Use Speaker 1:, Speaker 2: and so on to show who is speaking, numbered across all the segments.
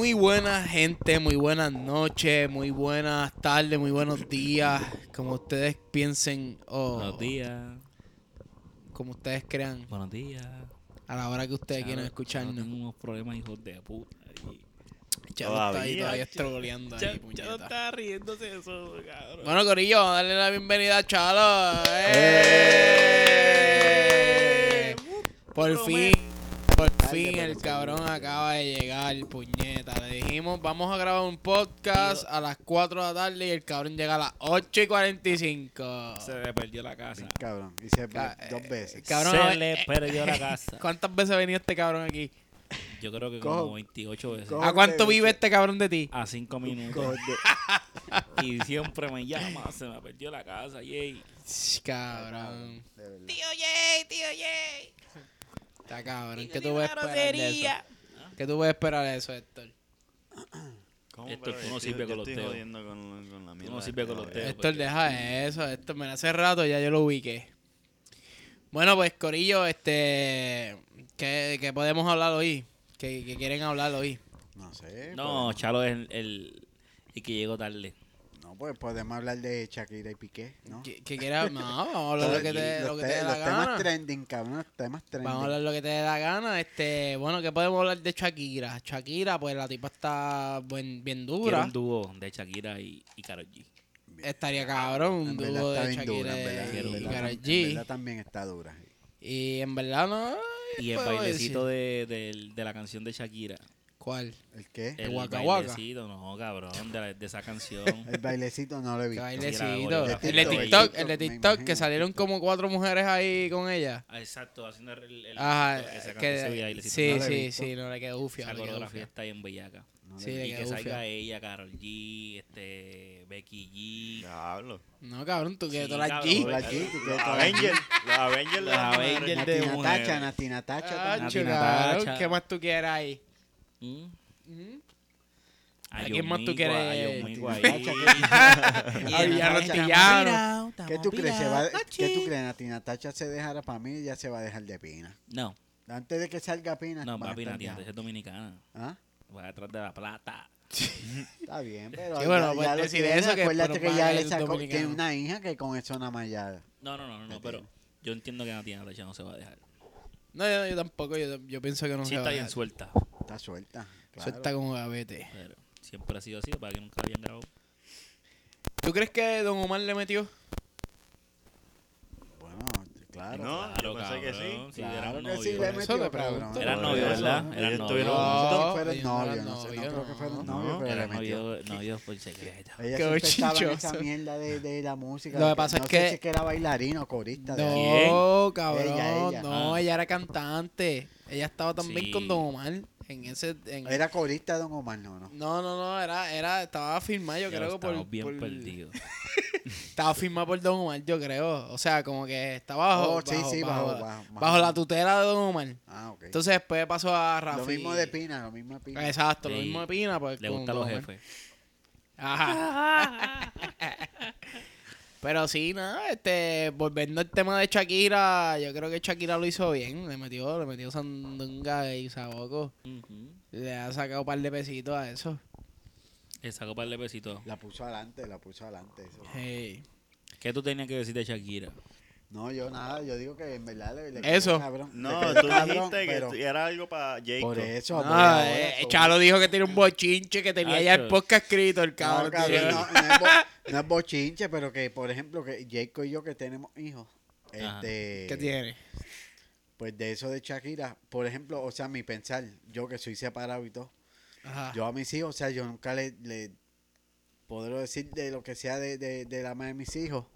Speaker 1: Muy buena gente, muy buenas noches, muy buenas tardes, muy buenos días, como ustedes piensen o
Speaker 2: Buenos días.
Speaker 1: como ustedes crean
Speaker 2: Oh. Buenos días.
Speaker 1: a la hora que ustedes quieran
Speaker 2: Claro, No
Speaker 1: escucharnos.
Speaker 2: tengo unos problemas, hijos de puta. ahí.
Speaker 1: Chavo está ahí
Speaker 2: Todavía,
Speaker 1: todavía
Speaker 2: ch-
Speaker 1: estroleando ahí,
Speaker 2: Ya, ya no
Speaker 1: puñeta.
Speaker 2: estaba riéndose de eso, cabrón.
Speaker 1: Bueno, Corillo, vamos a darle la bienvenida a Chalo. ¡Eh! Por fin, por fin el cabrón acaba de llegar, puñeta. Le dijimos, vamos a grabar un podcast a las 4 de la tarde y el cabrón llega a las 8 y 45.
Speaker 2: Se le perdió la casa.
Speaker 3: Cabrón, hice
Speaker 1: Ca-
Speaker 3: dos
Speaker 1: eh,
Speaker 3: veces.
Speaker 1: Cabrón, a
Speaker 2: se
Speaker 1: ver,
Speaker 2: le
Speaker 1: eh,
Speaker 2: perdió la casa.
Speaker 1: ¿Cuántas veces ha venido este cabrón aquí?
Speaker 2: Yo creo que como
Speaker 3: Cojo-
Speaker 2: 28 veces.
Speaker 3: cojo-
Speaker 1: ¿A cuánto
Speaker 3: Doble
Speaker 1: vive
Speaker 3: veces.
Speaker 1: este cabrón de ti?
Speaker 2: A 5
Speaker 3: Cojo
Speaker 2: minutos.
Speaker 3: de-
Speaker 2: Y siempre me llama. Se me perdió la casa. Yay.
Speaker 1: Ch, Cabrón.
Speaker 3: de verdad.
Speaker 2: Tío Yay, tío Yay.
Speaker 1: Está cabrón. ¿Qué tú puedes esperar de eso? ¿Qué tú puedes esperar de eso, Héctor?
Speaker 4: ¿Cómo?
Speaker 2: Héctor,
Speaker 4: Pero
Speaker 2: tú
Speaker 4: yo
Speaker 2: no
Speaker 4: estoy-
Speaker 2: sirves
Speaker 4: yo
Speaker 2: con los
Speaker 4: Estoy
Speaker 2: dedos.
Speaker 4: jodiendo con, con la mierda.
Speaker 2: no sirves con los
Speaker 4: de-
Speaker 2: dedos.
Speaker 1: Héctor, deja eso. Héctor, me hace rato ya yo lo ubiqué. Bueno, pues, Corillo, este... ¿Qué, qué podemos hablar hoy? ¿Qué, qué quieren hablar hoy?
Speaker 3: No sé. pues,
Speaker 2: No,
Speaker 3: podemos-
Speaker 2: Chalo es el, el, el que llegó tarde.
Speaker 3: no, pues podemos hablar de Shakira y Piqué, ¿no?
Speaker 1: ¿Qué, qué quieres hablar? No, vamos a hablar lo que te,
Speaker 3: Los
Speaker 1: lo que
Speaker 3: te-
Speaker 1: te dé la
Speaker 3: los temas
Speaker 1: gana.
Speaker 3: trending, cabrón, los temas trending.
Speaker 1: Vamos a hablar lo que te dé la gana. Este, bueno, ¿qué podemos hablar de Shakira? Shakira, pues la tipa está buen- bien
Speaker 2: Quiero
Speaker 1: dura.
Speaker 2: un dúo de Shakira y, y Karol G.
Speaker 1: Estaría cabrón un
Speaker 3: En verdad
Speaker 1: dúo
Speaker 3: está
Speaker 1: de
Speaker 3: bien dura, en
Speaker 1: Shakira
Speaker 3: verdad, en
Speaker 1: y
Speaker 3: verdad,
Speaker 1: Karol
Speaker 3: en
Speaker 1: G.
Speaker 3: verdad también está dura.
Speaker 1: Y en verdad no...
Speaker 2: Y el
Speaker 1: puedo
Speaker 2: bailecito
Speaker 1: decir.
Speaker 2: de, del- de la canción de Shakira.
Speaker 1: ¿Cuál?
Speaker 3: ¿El qué?
Speaker 2: El
Speaker 1: Waka Waka.
Speaker 2: bailecito, no, cabrón, de, la- de esa canción.
Speaker 3: El bailecito no lo he
Speaker 1: Qué
Speaker 3: visto.
Speaker 1: bailecito.
Speaker 2: De
Speaker 1: El de
Speaker 2: TikTok,
Speaker 1: TikTok,
Speaker 3: de
Speaker 1: el de
Speaker 3: TikTok, me
Speaker 1: TikTok, que
Speaker 3: imagino,
Speaker 1: salieron
Speaker 3: TikTok.
Speaker 1: como cuatro mujeres ahí con ella.
Speaker 2: Ah, exacto, haciendo el, el
Speaker 1: Ajá, eh,
Speaker 2: esa canción y
Speaker 1: que,
Speaker 2: bailecito.
Speaker 1: sí,
Speaker 3: No la he
Speaker 1: sí,
Speaker 3: visto.
Speaker 1: sí, no le quedó ufia,
Speaker 2: Esa
Speaker 1: le quedó
Speaker 2: coreografía
Speaker 1: ufia.
Speaker 2: está bien bellaca.
Speaker 3: No
Speaker 1: Sí, le
Speaker 2: y que
Speaker 1: quedó
Speaker 2: salga
Speaker 1: ufia.
Speaker 2: ella, Karol G, este, Becky G,
Speaker 4: Diablo.
Speaker 1: No, cabrón, tú que
Speaker 2: Sí,
Speaker 1: tú las
Speaker 2: cabrón,
Speaker 1: G.
Speaker 3: Hola, G, tú
Speaker 4: Los
Speaker 3: quieres hablar de G.
Speaker 4: Avengers. Los Avengers.
Speaker 2: Los Avengers.
Speaker 4: Avengers.
Speaker 2: de
Speaker 3: Natina
Speaker 2: mujer.
Speaker 3: Tacha, Natina Tacha. también.
Speaker 1: Acho,
Speaker 2: Natina
Speaker 1: cabrón,
Speaker 2: Tacha.
Speaker 1: ¿Qué más tú quieras ahí?
Speaker 2: ¿Mm?
Speaker 1: ¿Mm?
Speaker 2: A
Speaker 1: ¿A
Speaker 2: John
Speaker 1: quién más tú
Speaker 2: Migua,
Speaker 1: quieres?
Speaker 2: a John Migua ahí.
Speaker 1: Y
Speaker 3: Natina
Speaker 1: ya nos
Speaker 3: Tacha.
Speaker 1: pillaron.
Speaker 3: ¿Qué tú crees? Se va- ¿Qué tú crees? Natina Tacha se dejará para mí y ya se va a dejar de pina.
Speaker 2: No,
Speaker 3: Antes de que salga pina.
Speaker 2: no,
Speaker 3: van a
Speaker 2: papi,
Speaker 3: estar
Speaker 2: Natina,
Speaker 3: ya.
Speaker 2: es dominicana.
Speaker 3: ¿Ah?
Speaker 2: Va detrás de la plata.
Speaker 3: Está bien, pero.
Speaker 1: Sí, bueno,
Speaker 3: ya-
Speaker 1: pues
Speaker 3: ya lo
Speaker 1: decir
Speaker 3: tiene,
Speaker 1: eso, que
Speaker 3: Acuérdate
Speaker 1: por
Speaker 3: que
Speaker 1: un
Speaker 3: ya
Speaker 1: padre
Speaker 3: le
Speaker 1: un
Speaker 3: sacó.
Speaker 1: dominicano.
Speaker 3: Tiene una hija que con eso nada más ya.
Speaker 2: No, no, no, no, no, pero yo entiendo que Natina Tacha no se va a dejar.
Speaker 1: No, yo, yo tampoco, yo, yo pienso que no
Speaker 2: sí
Speaker 1: se va
Speaker 2: está
Speaker 1: a
Speaker 2: bien
Speaker 1: dejar.
Speaker 2: suelta,
Speaker 3: Está suelta. claro.
Speaker 1: Suelta como gavete.
Speaker 2: pero siempre ha sido así, para que nunca la habían grabado.
Speaker 1: ¿Tú crees que Don Omar le metió?
Speaker 3: Bueno, claro.
Speaker 4: No, yo pensé que
Speaker 2: cabrón,
Speaker 4: sí.
Speaker 2: si eran
Speaker 3: claro que
Speaker 2: novios.
Speaker 3: sí, le
Speaker 1: por eso
Speaker 3: metió
Speaker 1: le
Speaker 3: cabrón.
Speaker 1: pregunto.
Speaker 2: Eran novios, ¿verdad? Eran
Speaker 4: Ellos
Speaker 2: novios.
Speaker 4: tuvieron
Speaker 1: No.
Speaker 3: No,
Speaker 1: No,
Speaker 3: no fueron
Speaker 1: ellos no
Speaker 3: novios,
Speaker 1: eran
Speaker 3: no sé, no
Speaker 1: novios,
Speaker 3: creo que fueron
Speaker 4: no.
Speaker 3: novios, pero le
Speaker 2: Eran
Speaker 3: metió.
Speaker 2: novios, novios por secreto.
Speaker 3: Ella
Speaker 1: Qué
Speaker 3: siempre estaba en esa
Speaker 1: bochinchoso.
Speaker 3: mierda de, de la música.
Speaker 1: Lo
Speaker 3: de
Speaker 1: que pasa es
Speaker 3: no sé
Speaker 1: que-
Speaker 3: si que era bailarina o corista. de algo.
Speaker 1: No, cabrón.
Speaker 3: Ella, ella.
Speaker 1: No,
Speaker 2: Ah.
Speaker 1: ella era cantante. Ella estaba también
Speaker 2: Sí.
Speaker 1: con Don Omar en ese. en-
Speaker 3: Era corista Don Omar, no, no.
Speaker 1: No, no, no, era, era, estaba firmada, yo
Speaker 2: Ya
Speaker 1: creo, que por,
Speaker 2: estamos bien
Speaker 1: por-
Speaker 2: perdidos.
Speaker 1: estaba firmada por Don Omar, yo creo. O sea, como que estaba bajo,
Speaker 3: Oh, sí,
Speaker 1: bajo,
Speaker 3: sí,
Speaker 1: bajo,
Speaker 3: bajo, bajo, bajo.
Speaker 1: bajo la tutela de Don Omar.
Speaker 3: Ah, ok.
Speaker 1: Entonces después pasó a Rafi.
Speaker 3: lo mismo de Pina, lo mismo de Pina.
Speaker 1: Exacto, lo
Speaker 2: Sí.
Speaker 1: mismo de Pina. Pues,
Speaker 2: Le
Speaker 1: con
Speaker 2: gustan
Speaker 1: Don
Speaker 2: los
Speaker 1: Omar.
Speaker 2: jefes.
Speaker 1: Ajá. Pero sí, nada, este, volviendo al tema de Shakira, yo creo que Shakira lo hizo bien, le metió, le metió sandunga y saboco,
Speaker 2: Ujú.
Speaker 1: le ha sacado un par de pesitos a eso.
Speaker 2: Le sacó par de besitos.
Speaker 3: La puso adelante, la puso adelante. eso.
Speaker 1: Hey.
Speaker 2: ¿Qué tú tenías que decir de Shakira?
Speaker 3: No, yo nada, yo digo que en verdad le, le
Speaker 1: Eso.
Speaker 3: quedó cabrón. le
Speaker 4: Ah. No,
Speaker 3: quedó
Speaker 4: tú
Speaker 3: cabrón,
Speaker 4: dijiste que
Speaker 3: pero
Speaker 4: tú- eh, era algo para Jacob.
Speaker 3: Por eso,
Speaker 1: No,
Speaker 3: por ahora,
Speaker 1: eh,
Speaker 3: eso.
Speaker 1: Chalo dijo que tenía un bochinche, que tenía ya el
Speaker 2: Acho.
Speaker 1: podcast escrito, el
Speaker 3: No,
Speaker 1: cabrón.
Speaker 3: cabrón,
Speaker 1: tío.
Speaker 3: no, no es bo- no es bochinche, pero que, por ejemplo, que Jacob y yo que tenemos hijos,
Speaker 2: Ajá.
Speaker 3: este,
Speaker 1: ¿Qué tiene?
Speaker 3: pues de eso de Shakira, por ejemplo, o sea, mi pensar, yo que soy separado y todo,
Speaker 1: Ajá.
Speaker 3: yo a mis hijos, o sea, yo nunca le, le podré decir de lo que sea de, de, de la madre de mis hijos,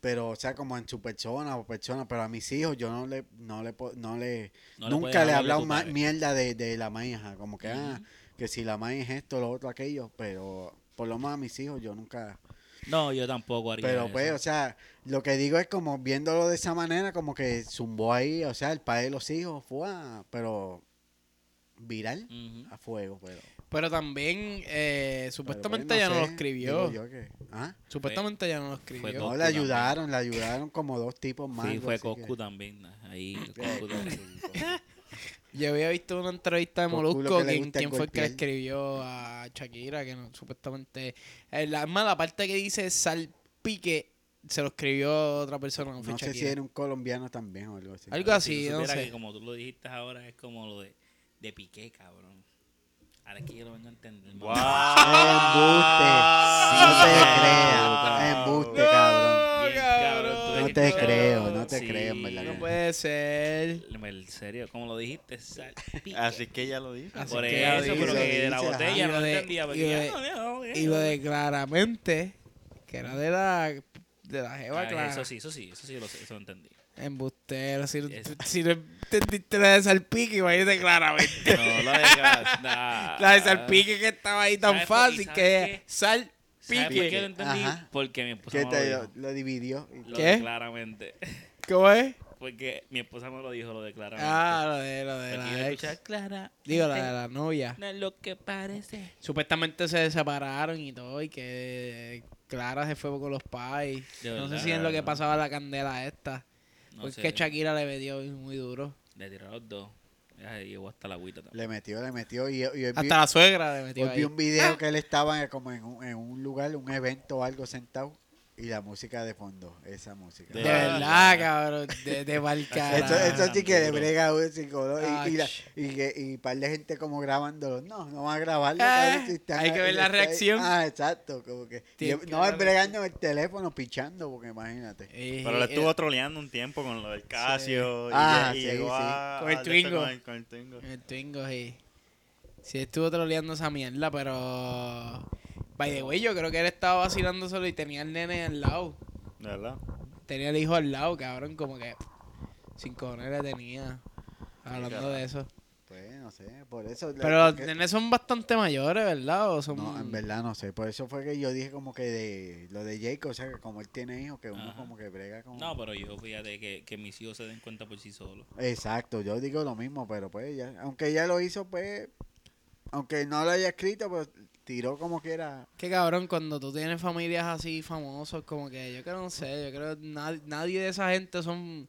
Speaker 3: pero, o sea, como en su persona o persona, pero a mis hijos yo no le, no le, po- no le,
Speaker 2: No le puedes
Speaker 3: nunca le
Speaker 2: hablar de
Speaker 3: he hablado
Speaker 2: tu
Speaker 3: ma-
Speaker 2: padre.
Speaker 3: mierda de, de la madre, ajá, como que, ah,
Speaker 2: Ujú.
Speaker 3: que si la madre es esto, lo otro, aquello, pero por lo menos a mis hijos yo nunca...
Speaker 2: No, yo tampoco haría
Speaker 3: Pero
Speaker 2: eso.
Speaker 3: pues, o sea, lo que digo es como viéndolo de esa manera, como que zumbó ahí, o sea, el padre de los hijos, fue, pero viral
Speaker 2: Ujú.
Speaker 3: a fuego, pero...
Speaker 1: Pero también, eh,
Speaker 3: pero,
Speaker 1: supuestamente
Speaker 3: pues,
Speaker 1: ya no lo
Speaker 3: sé,
Speaker 1: escribió.
Speaker 3: digo yo que- ¿Ah?
Speaker 1: Supuestamente ya no lo
Speaker 2: fue
Speaker 1: escribió.
Speaker 2: Goku
Speaker 3: No, le
Speaker 2: también.
Speaker 3: ayudaron, le ayudaron como dos tipos más.
Speaker 2: Sí,
Speaker 3: algo
Speaker 2: fue
Speaker 3: así que-
Speaker 2: Coscu también. Ahí,
Speaker 3: Eh,
Speaker 2: Coscu también.
Speaker 3: Coscu, Coscu.
Speaker 1: Yo había visto una entrevista de
Speaker 3: Por culo
Speaker 1: Molusco,
Speaker 3: que le
Speaker 1: quien,
Speaker 3: gusta
Speaker 1: quien fue el que le
Speaker 3: golpear.
Speaker 1: escribió a Shakira, que no, supuestamente... eh, la, más la parte que dice salpique se lo escribió otra persona, no fue
Speaker 3: No sé
Speaker 1: Shakira.
Speaker 3: si era un colombiano también o algo así.
Speaker 1: Algo así,
Speaker 2: Si tú
Speaker 1: no
Speaker 2: supieras
Speaker 1: sé.
Speaker 2: que como tú lo dijiste ahora es como lo de, de Piqué, cabrón. Ahora es que yo lo vengo a entender.
Speaker 4: ¡Wow!
Speaker 2: mamá.
Speaker 3: Ah, Embuste. No te creas.
Speaker 4: Wow.
Speaker 3: Embuste, cabrón.
Speaker 2: Bien, cabrón, tú
Speaker 3: No
Speaker 2: eres
Speaker 3: te
Speaker 2: bien,
Speaker 3: creo,
Speaker 2: cabrón.
Speaker 3: no te creo, en verdad.
Speaker 1: No puede ser.
Speaker 2: En serio, como lo dijiste, salpique.
Speaker 4: Así que ella lo dice.
Speaker 1: Así
Speaker 2: Por
Speaker 1: que ya
Speaker 2: eso,
Speaker 1: lo
Speaker 2: pero
Speaker 1: dice,
Speaker 2: que de la
Speaker 3: dice, ajá.
Speaker 2: botella
Speaker 1: Y lo
Speaker 2: no
Speaker 1: de-
Speaker 2: entendía. porque
Speaker 1: y lo
Speaker 2: ya,
Speaker 1: de-
Speaker 2: no, no,
Speaker 1: Y lo de claramente, que era de la, de la jeva
Speaker 2: Ah,
Speaker 1: clara.
Speaker 2: Eso sí, eso sí, eso sí, lo, sé, eso lo entendí.
Speaker 1: Embustero, si, no-
Speaker 2: Eso.
Speaker 1: si no entendiste la de salpique, imagínate claramente.
Speaker 2: No, la de gas, nah.
Speaker 1: La de salpique que estaba ahí tan
Speaker 2: Ah, ¿Sabes por-
Speaker 1: fácil
Speaker 2: y sabes
Speaker 1: que
Speaker 2: qué?
Speaker 1: salpique.
Speaker 2: ¿Sabes por qué lo entendí?
Speaker 3: Ajá.
Speaker 2: Porque mi esposa
Speaker 3: ¿Qué
Speaker 2: me
Speaker 3: te
Speaker 2: lo
Speaker 3: lo,
Speaker 2: dijo.
Speaker 3: lo dividió?
Speaker 2: Lo
Speaker 1: ¿Qué?
Speaker 2: de claramente.
Speaker 1: ¿Cómo es?
Speaker 2: Porque mi esposa me lo dijo, lo de claramente.
Speaker 1: Ah, lo de, lo de
Speaker 2: Porque
Speaker 1: la
Speaker 2: yo
Speaker 1: ex.
Speaker 2: escuchaba clara.
Speaker 1: Digo, la de la novia.
Speaker 2: No es lo que parece.
Speaker 1: Supuestamente se separaron y todo, y que Clara se fue con los pais.
Speaker 2: De
Speaker 1: No sé
Speaker 2: verdad.
Speaker 1: si es lo que pasaba la candela esta.
Speaker 2: No
Speaker 1: porque
Speaker 2: sé,
Speaker 1: es que Shakira le metió muy duro.
Speaker 2: Le tiró a los dos. Ya se llegó hasta la agüita también.
Speaker 3: Le metió, le metió. Y, y hoy, vi,
Speaker 1: Hasta la suegra le
Speaker 3: hoy
Speaker 1: metió
Speaker 3: vi
Speaker 1: ahí.
Speaker 3: un video que él estaba en- como en un, en un lugar, un evento o algo sentado. Y la música de fondo, esa música.
Speaker 1: De
Speaker 2: De verdad.
Speaker 1: verdad, cabrón. De, Eh, de mal
Speaker 3: Eso,
Speaker 1: carajo.
Speaker 3: eso sí que le
Speaker 2: Duro.
Speaker 3: brega un psicólogo. Y, y, la-
Speaker 1: Ach.
Speaker 3: y, que- y par de gente como grabándolo. No, no van a grabarlo.
Speaker 1: Ah,
Speaker 3: cabrón, si están
Speaker 1: hay que
Speaker 3: ahí,
Speaker 1: ver la
Speaker 3: está ahí.
Speaker 1: reacción.
Speaker 3: Ah, exacto. Como que,
Speaker 1: Tienen
Speaker 3: y-
Speaker 1: que
Speaker 3: no
Speaker 1: ver
Speaker 3: es
Speaker 1: la
Speaker 3: bregando en el teléfono, pichando, porque imagínate.
Speaker 1: Eh,
Speaker 4: Pero le
Speaker 1: eh,
Speaker 4: estuvo troleando un tiempo con lo del Casio. Y,
Speaker 3: Ah,
Speaker 4: y
Speaker 3: sí,
Speaker 4: llegó
Speaker 3: sí.
Speaker 4: a-
Speaker 1: Con el
Speaker 4: a- de este,
Speaker 1: Twingo.
Speaker 4: Con el, con el Twingo.
Speaker 1: El Twingo, sí. Sí, estuvo troleando esa mierda, pero. By the way, yo creo que él estaba vacilando solo y tenía al nene al lado.
Speaker 4: De verdad.
Speaker 1: Tenía al hijo al lado, cabrón, como que. Sin cojones le tenía. Hablando de eso.
Speaker 3: Pues no sé, por eso. la-
Speaker 1: Pero los
Speaker 3: porque-
Speaker 1: nenes son bastante mayores, ¿verdad? O son...
Speaker 3: No, en verdad no sé. Por eso fue que yo dije como que de lo de Jake, o sea, que como él tiene hijos, que uno
Speaker 2: Ajá.
Speaker 3: como que brega con.
Speaker 2: No, pero yo fíjate que, que mis hijos se den cuenta por sí solos.
Speaker 3: Exacto, yo digo lo mismo, pero pues ya. Aunque ella lo hizo, pues. Aunque no lo haya escrito, pues tiró como quiera.
Speaker 1: Que cabrón, cuando tú tienes familias así famosos, como que yo creo, no sé, yo creo que na- nadie de esa gente son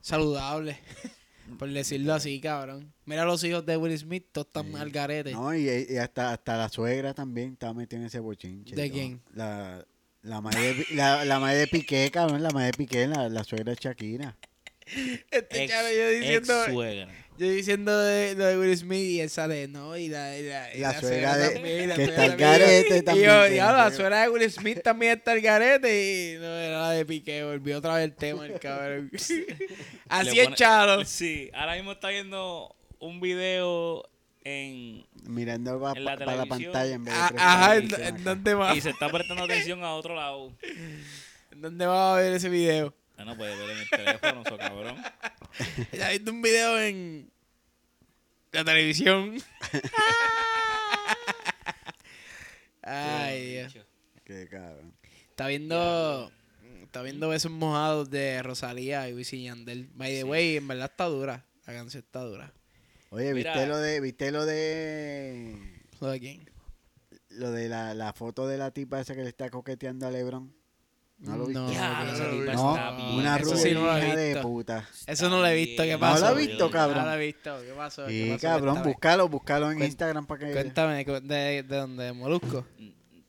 Speaker 1: saludables. por decirlo así, cabrón. Mira los hijos de Will Smith, todos están al garete.
Speaker 3: No, y, y hasta, hasta la suegra también estaba metida en ese bochinche. y
Speaker 1: ¿De
Speaker 3: todo.
Speaker 1: quién?
Speaker 3: La, la, madre de, Pi- la, la madre de Piqué, cabrón, la madre de Piqué, la, la suegra de Shakira.
Speaker 1: Este
Speaker 2: Ex,
Speaker 1: chavo, yo diciendo,
Speaker 2: ex suegra.
Speaker 1: yo diciendo de, lo de Will Smith y él sale, ¿no? Y la, y la, y
Speaker 3: La suegra de-
Speaker 1: también, y la
Speaker 3: que
Speaker 1: suegra
Speaker 3: está al
Speaker 1: también.
Speaker 3: garete
Speaker 1: Y yo,
Speaker 3: también.
Speaker 1: diablo, la suegra de Will Smith también está al garete. Y no era la de Piqué, volvió otra vez el tema, el cabrón. Así
Speaker 2: Le
Speaker 1: es,
Speaker 2: pone-
Speaker 1: Charo.
Speaker 2: Oh, Sí, ahora mismo está viendo un video en
Speaker 3: Mirando pa-
Speaker 2: En la
Speaker 3: pa- para la
Speaker 2: televisión.
Speaker 3: pantalla en vez de
Speaker 1: Ah,
Speaker 3: prestar
Speaker 1: Ajá, ¿en,
Speaker 3: atención
Speaker 1: en
Speaker 3: acá.
Speaker 1: dónde va?
Speaker 2: y se está prestando atención a otro lado.
Speaker 1: ¿En dónde va a ver ese video?
Speaker 2: Ya no puede ver en el teléfono, so cabrón.
Speaker 1: Ya visto un video en la televisión. Ay, Dios.
Speaker 3: Qué cabrón.
Speaker 1: Está viendo. Está viendo besos mojados de Rosalía y Wisin y Yandel. By the way, en verdad está dura. La canción está dura.
Speaker 3: Oye,
Speaker 2: Mira.
Speaker 3: ¿viste lo de, viste lo de
Speaker 1: ¿Lo de quién?
Speaker 3: lo de la, la foto de la tipa esa que le está coqueteando a Lebron? ¿No lo viste?
Speaker 1: No,
Speaker 2: Ya,
Speaker 1: pero esa tipa
Speaker 3: No,
Speaker 1: está bien.
Speaker 3: una
Speaker 1: Eso
Speaker 3: rubia
Speaker 1: sí no lo he
Speaker 3: hija de
Speaker 1: visto.
Speaker 3: puta.
Speaker 1: Eso no lo he visto. ¿Qué
Speaker 2: No
Speaker 1: pasó?
Speaker 3: lo he visto, cabrón.
Speaker 1: No lo he visto. ¿Qué pasó? ¿Qué
Speaker 3: Sí,
Speaker 1: pasó?
Speaker 3: cabrón,
Speaker 1: Cuéntame.
Speaker 3: búscalo, búscalo en
Speaker 1: Cuen-
Speaker 3: Instagram para que
Speaker 1: Cuéntame, cu- ¿de, de dónde? ¿De Molusco?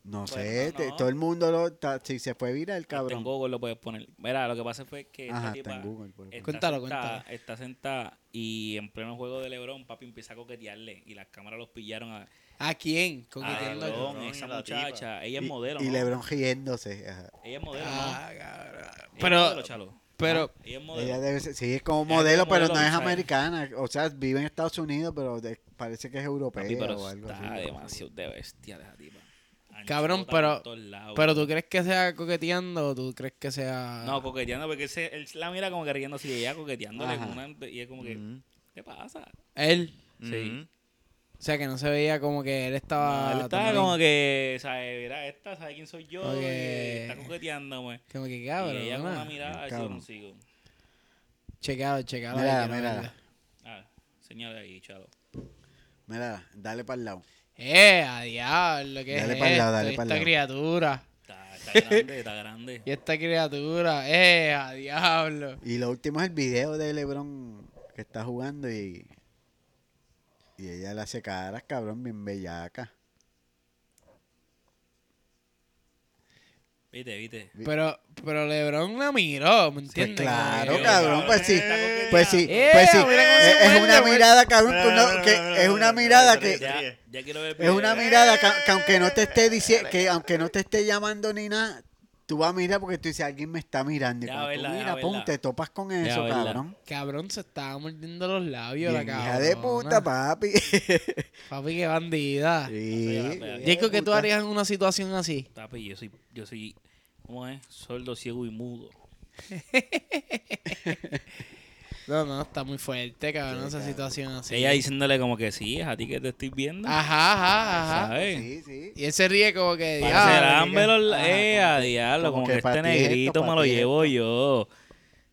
Speaker 3: no sé,
Speaker 2: Bueno,
Speaker 3: te-
Speaker 2: no.
Speaker 3: todo el mundo lo ta- si se fue viral,
Speaker 2: En
Speaker 3: cabrón.
Speaker 2: Google lo puedes poner. Mira, lo que pasa fue que
Speaker 3: Ajá,
Speaker 2: esta
Speaker 3: está
Speaker 2: tipa
Speaker 3: en Google, por
Speaker 2: está,
Speaker 3: favor.
Speaker 1: Cuéntalo,
Speaker 2: sentada,
Speaker 1: cuéntalo.
Speaker 2: está sentada y en pleno juego de Lebron, papi empieza a coquetearle y las cámaras los pillaron a,
Speaker 1: ¿A quién?
Speaker 2: a
Speaker 1: Coqueteando.
Speaker 4: Lebron.
Speaker 2: Lebron, esa
Speaker 4: la tipa.
Speaker 2: muchacha. Ella es
Speaker 3: Y-
Speaker 2: modelo,
Speaker 3: y,
Speaker 2: ¿no?
Speaker 3: Lebron riéndose. ajá.
Speaker 2: Ella es modelo,
Speaker 1: Ah,
Speaker 2: ¿no?
Speaker 1: cabrón.
Speaker 2: Ella es modelo,
Speaker 1: Pero,
Speaker 2: chalo.
Speaker 1: pero,
Speaker 2: Ella es modelo.
Speaker 3: Ella debe ser- sí, es como
Speaker 2: Ella
Speaker 3: modelo,
Speaker 2: como
Speaker 3: pero
Speaker 2: modelo,
Speaker 3: no es
Speaker 2: ¿sabes?
Speaker 3: americana, o sea, vive en Estados Unidos, pero de- parece que es europea
Speaker 2: Papi, pero
Speaker 3: o algo
Speaker 2: está
Speaker 3: así.
Speaker 2: demasiado de bestia de esa tipa. Anchota
Speaker 1: Cabrón,
Speaker 2: por
Speaker 1: pero-
Speaker 2: todos lados.
Speaker 1: pero tú crees que sea coqueteando o tú crees que sea.
Speaker 2: No, coqueteando, porque él, se- él la mira como que riendo así, ella coqueteándole
Speaker 3: Ajá.
Speaker 2: con una- y es como que,
Speaker 4: Ujú.
Speaker 2: ¿qué pasa?
Speaker 1: Él.
Speaker 2: Sí.
Speaker 4: Ujú.
Speaker 1: O sea, que no se veía como que él estaba.
Speaker 2: No, él Ah, estaba
Speaker 1: también-
Speaker 2: como que, ¿sabes? Mira, esta, ¿sabe quién soy yo?
Speaker 1: Ok.
Speaker 2: eh, Está coqueteándome.
Speaker 1: como que
Speaker 3: Ah,
Speaker 2: y
Speaker 1: cabrón.
Speaker 2: ella con una
Speaker 1: ¿no?
Speaker 2: mirada, eso lo
Speaker 3: Cabrón.
Speaker 2: consigo.
Speaker 1: Checalo, checalo. ahí,
Speaker 3: Mírala,
Speaker 1: quiero
Speaker 3: mírala.
Speaker 1: verla.
Speaker 2: Ah, señala ahí, chalo.
Speaker 3: Mira, dale para el lado.
Speaker 1: Eh, a diablo, ¿qué
Speaker 3: Dale
Speaker 1: es
Speaker 3: pa'l lado,
Speaker 1: esto?
Speaker 3: dale
Speaker 1: Y
Speaker 3: pa'l
Speaker 1: Esta
Speaker 3: lado.
Speaker 1: criatura.
Speaker 2: Está, está grande, está grande.
Speaker 1: Y esta criatura. Eh, a diablo.
Speaker 3: Y lo último es el video de LeBron que está jugando y Y ella le hace caras, cabrón, bien bellaca.
Speaker 2: Viste, viste.
Speaker 1: Pero, pero Lebron la miró, ¿me entiendes? Como
Speaker 3: Pues claro,
Speaker 1: que-
Speaker 3: cabrón, pues sí.
Speaker 2: está complicado.
Speaker 3: Pues sí,
Speaker 1: ¡Eh,
Speaker 3: pues sí.
Speaker 1: mira cómo se
Speaker 3: Es, es
Speaker 1: muerde,
Speaker 3: una
Speaker 1: güey!
Speaker 3: mirada, cabrón, que
Speaker 4: Mira,
Speaker 3: uno-
Speaker 4: mira,
Speaker 3: que
Speaker 4: mira, mira,
Speaker 3: es una
Speaker 4: mira,
Speaker 3: mirada que...
Speaker 4: mira, mira.
Speaker 2: Ya, ya quiero ver. ¿eh?
Speaker 3: Es una mirada que, que aunque no te esté diciendo, que aunque no te esté llamando ni nada, tú vas a mirar porque tú dices, alguien me está mirando. Y
Speaker 2: Ya,
Speaker 3: cuando tú
Speaker 2: verdad, ya,
Speaker 3: miras, pum,
Speaker 2: verdad.
Speaker 3: te topas con
Speaker 2: Ya,
Speaker 3: eso,
Speaker 2: verdad.
Speaker 3: cabrón.
Speaker 1: Cabrón, se estaba mordiendo los labios la
Speaker 3: Bien,
Speaker 1: cabrona.
Speaker 3: hija de puta, papi.
Speaker 1: Papi, qué bandida.
Speaker 3: Sí,
Speaker 2: no sé,
Speaker 3: hija de
Speaker 1: Jacob, ¿qué tú
Speaker 3: puta.
Speaker 1: harías en una situación así?
Speaker 2: Papi, yo soy, yo soy, ¿cómo es? Sordo, ciego y mudo.
Speaker 1: No, no, está muy fuerte, cabrón, esa situación así.
Speaker 2: Ella diciéndole como que sí, es a ti que te estoy viendo.
Speaker 3: Ah,
Speaker 1: Ajá, ajá, ajá.
Speaker 2: ¿Sabes?
Speaker 3: Sí, sí.
Speaker 1: Y él se ríe como que,
Speaker 2: Para
Speaker 1: "Diablo,
Speaker 2: hacer
Speaker 1: chica".
Speaker 2: hambre los-
Speaker 3: Ajá,
Speaker 2: eh,
Speaker 3: Ah, como
Speaker 2: a diablo,
Speaker 3: como
Speaker 2: como
Speaker 3: que
Speaker 2: que este
Speaker 3: para ti esto,
Speaker 2: negrito me
Speaker 3: para
Speaker 2: lo
Speaker 3: ti
Speaker 2: llevo yo.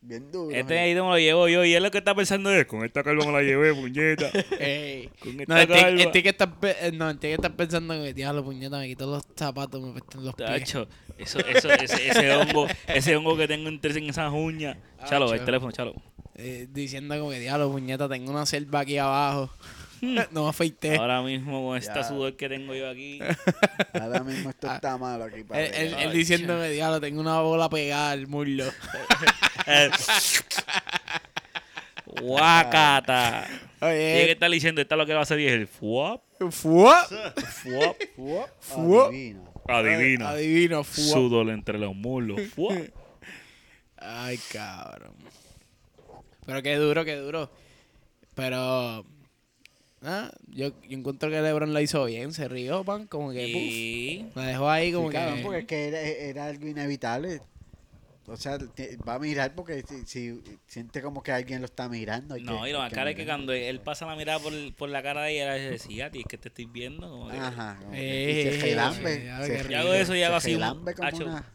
Speaker 3: Bien duro.
Speaker 2: Este
Speaker 3: ¿no?
Speaker 2: negrito me lo llevo yo. Y él lo que está pensando es, con esta calva me la llevé, puñeta.
Speaker 1: Ey.
Speaker 2: Con
Speaker 1: No,
Speaker 2: esta
Speaker 1: el tic-
Speaker 2: calva.
Speaker 1: el tic que está pe- eh, no, el tic que está pensando que, diablo, puñeta, me quitó los zapatos, me apestan los pies.
Speaker 2: Tacho, eso, eso, ese, ese hongo, ese hongo que tengo entre en esas uñas. Chalo, el
Speaker 1: Tacho.
Speaker 2: teléfono, chalo.
Speaker 1: Eh, diciendo como que, diablo, puñeta, tengo una selva aquí abajo. no me afeité.
Speaker 3: Ah,
Speaker 2: Ahora mismo con esta
Speaker 3: Ya.
Speaker 2: sudor que tengo yo aquí.
Speaker 3: Ahora mismo
Speaker 2: Ah.
Speaker 3: esto está malo aquí, papi.
Speaker 1: Él, él- él
Speaker 2: Ay,
Speaker 1: diciéndome, diablo, tengo una bola pegada al muslo.
Speaker 2: Eh, Guacata. Y él que
Speaker 1: Oye, ¡ah!
Speaker 2: está diciendo, esta lo que va a hacer y es el fuap,
Speaker 1: fuá,
Speaker 2: fuap,
Speaker 3: Fuop,
Speaker 1: Fuop.
Speaker 3: adivina.
Speaker 2: adivina.
Speaker 1: adivino, ¡ah! fuá.
Speaker 2: Sudor entre los muslos, fuap.
Speaker 1: Ay, cabrón. Pero qué duro, qué duro. Pero. ah, yo, yo encuentro que LeBron la hizo bien, se rió, pan, como que.
Speaker 2: Y...
Speaker 1: puf, la dejó ahí como
Speaker 3: Sí,
Speaker 1: que.
Speaker 3: cabrón, porque es que era, era algo inevitable. O sea, te- va a mirar porque si, si siente como que alguien lo está mirando. hay
Speaker 2: No,
Speaker 3: que-
Speaker 2: y lo
Speaker 3: hay
Speaker 2: más cara es que
Speaker 3: mirar.
Speaker 2: cuando él pasa la mirada por, por la cara de ella, ella decía, ti es que te estoy viendo. como que-
Speaker 3: Ajá. como que-
Speaker 1: Eh,
Speaker 3: y se gelambe.
Speaker 1: eh, ya lo que
Speaker 3: se
Speaker 1: rico.
Speaker 2: Yo hago eso y
Speaker 3: se
Speaker 2: hago así un-
Speaker 3: gelambe como
Speaker 2: hacho.
Speaker 3: una-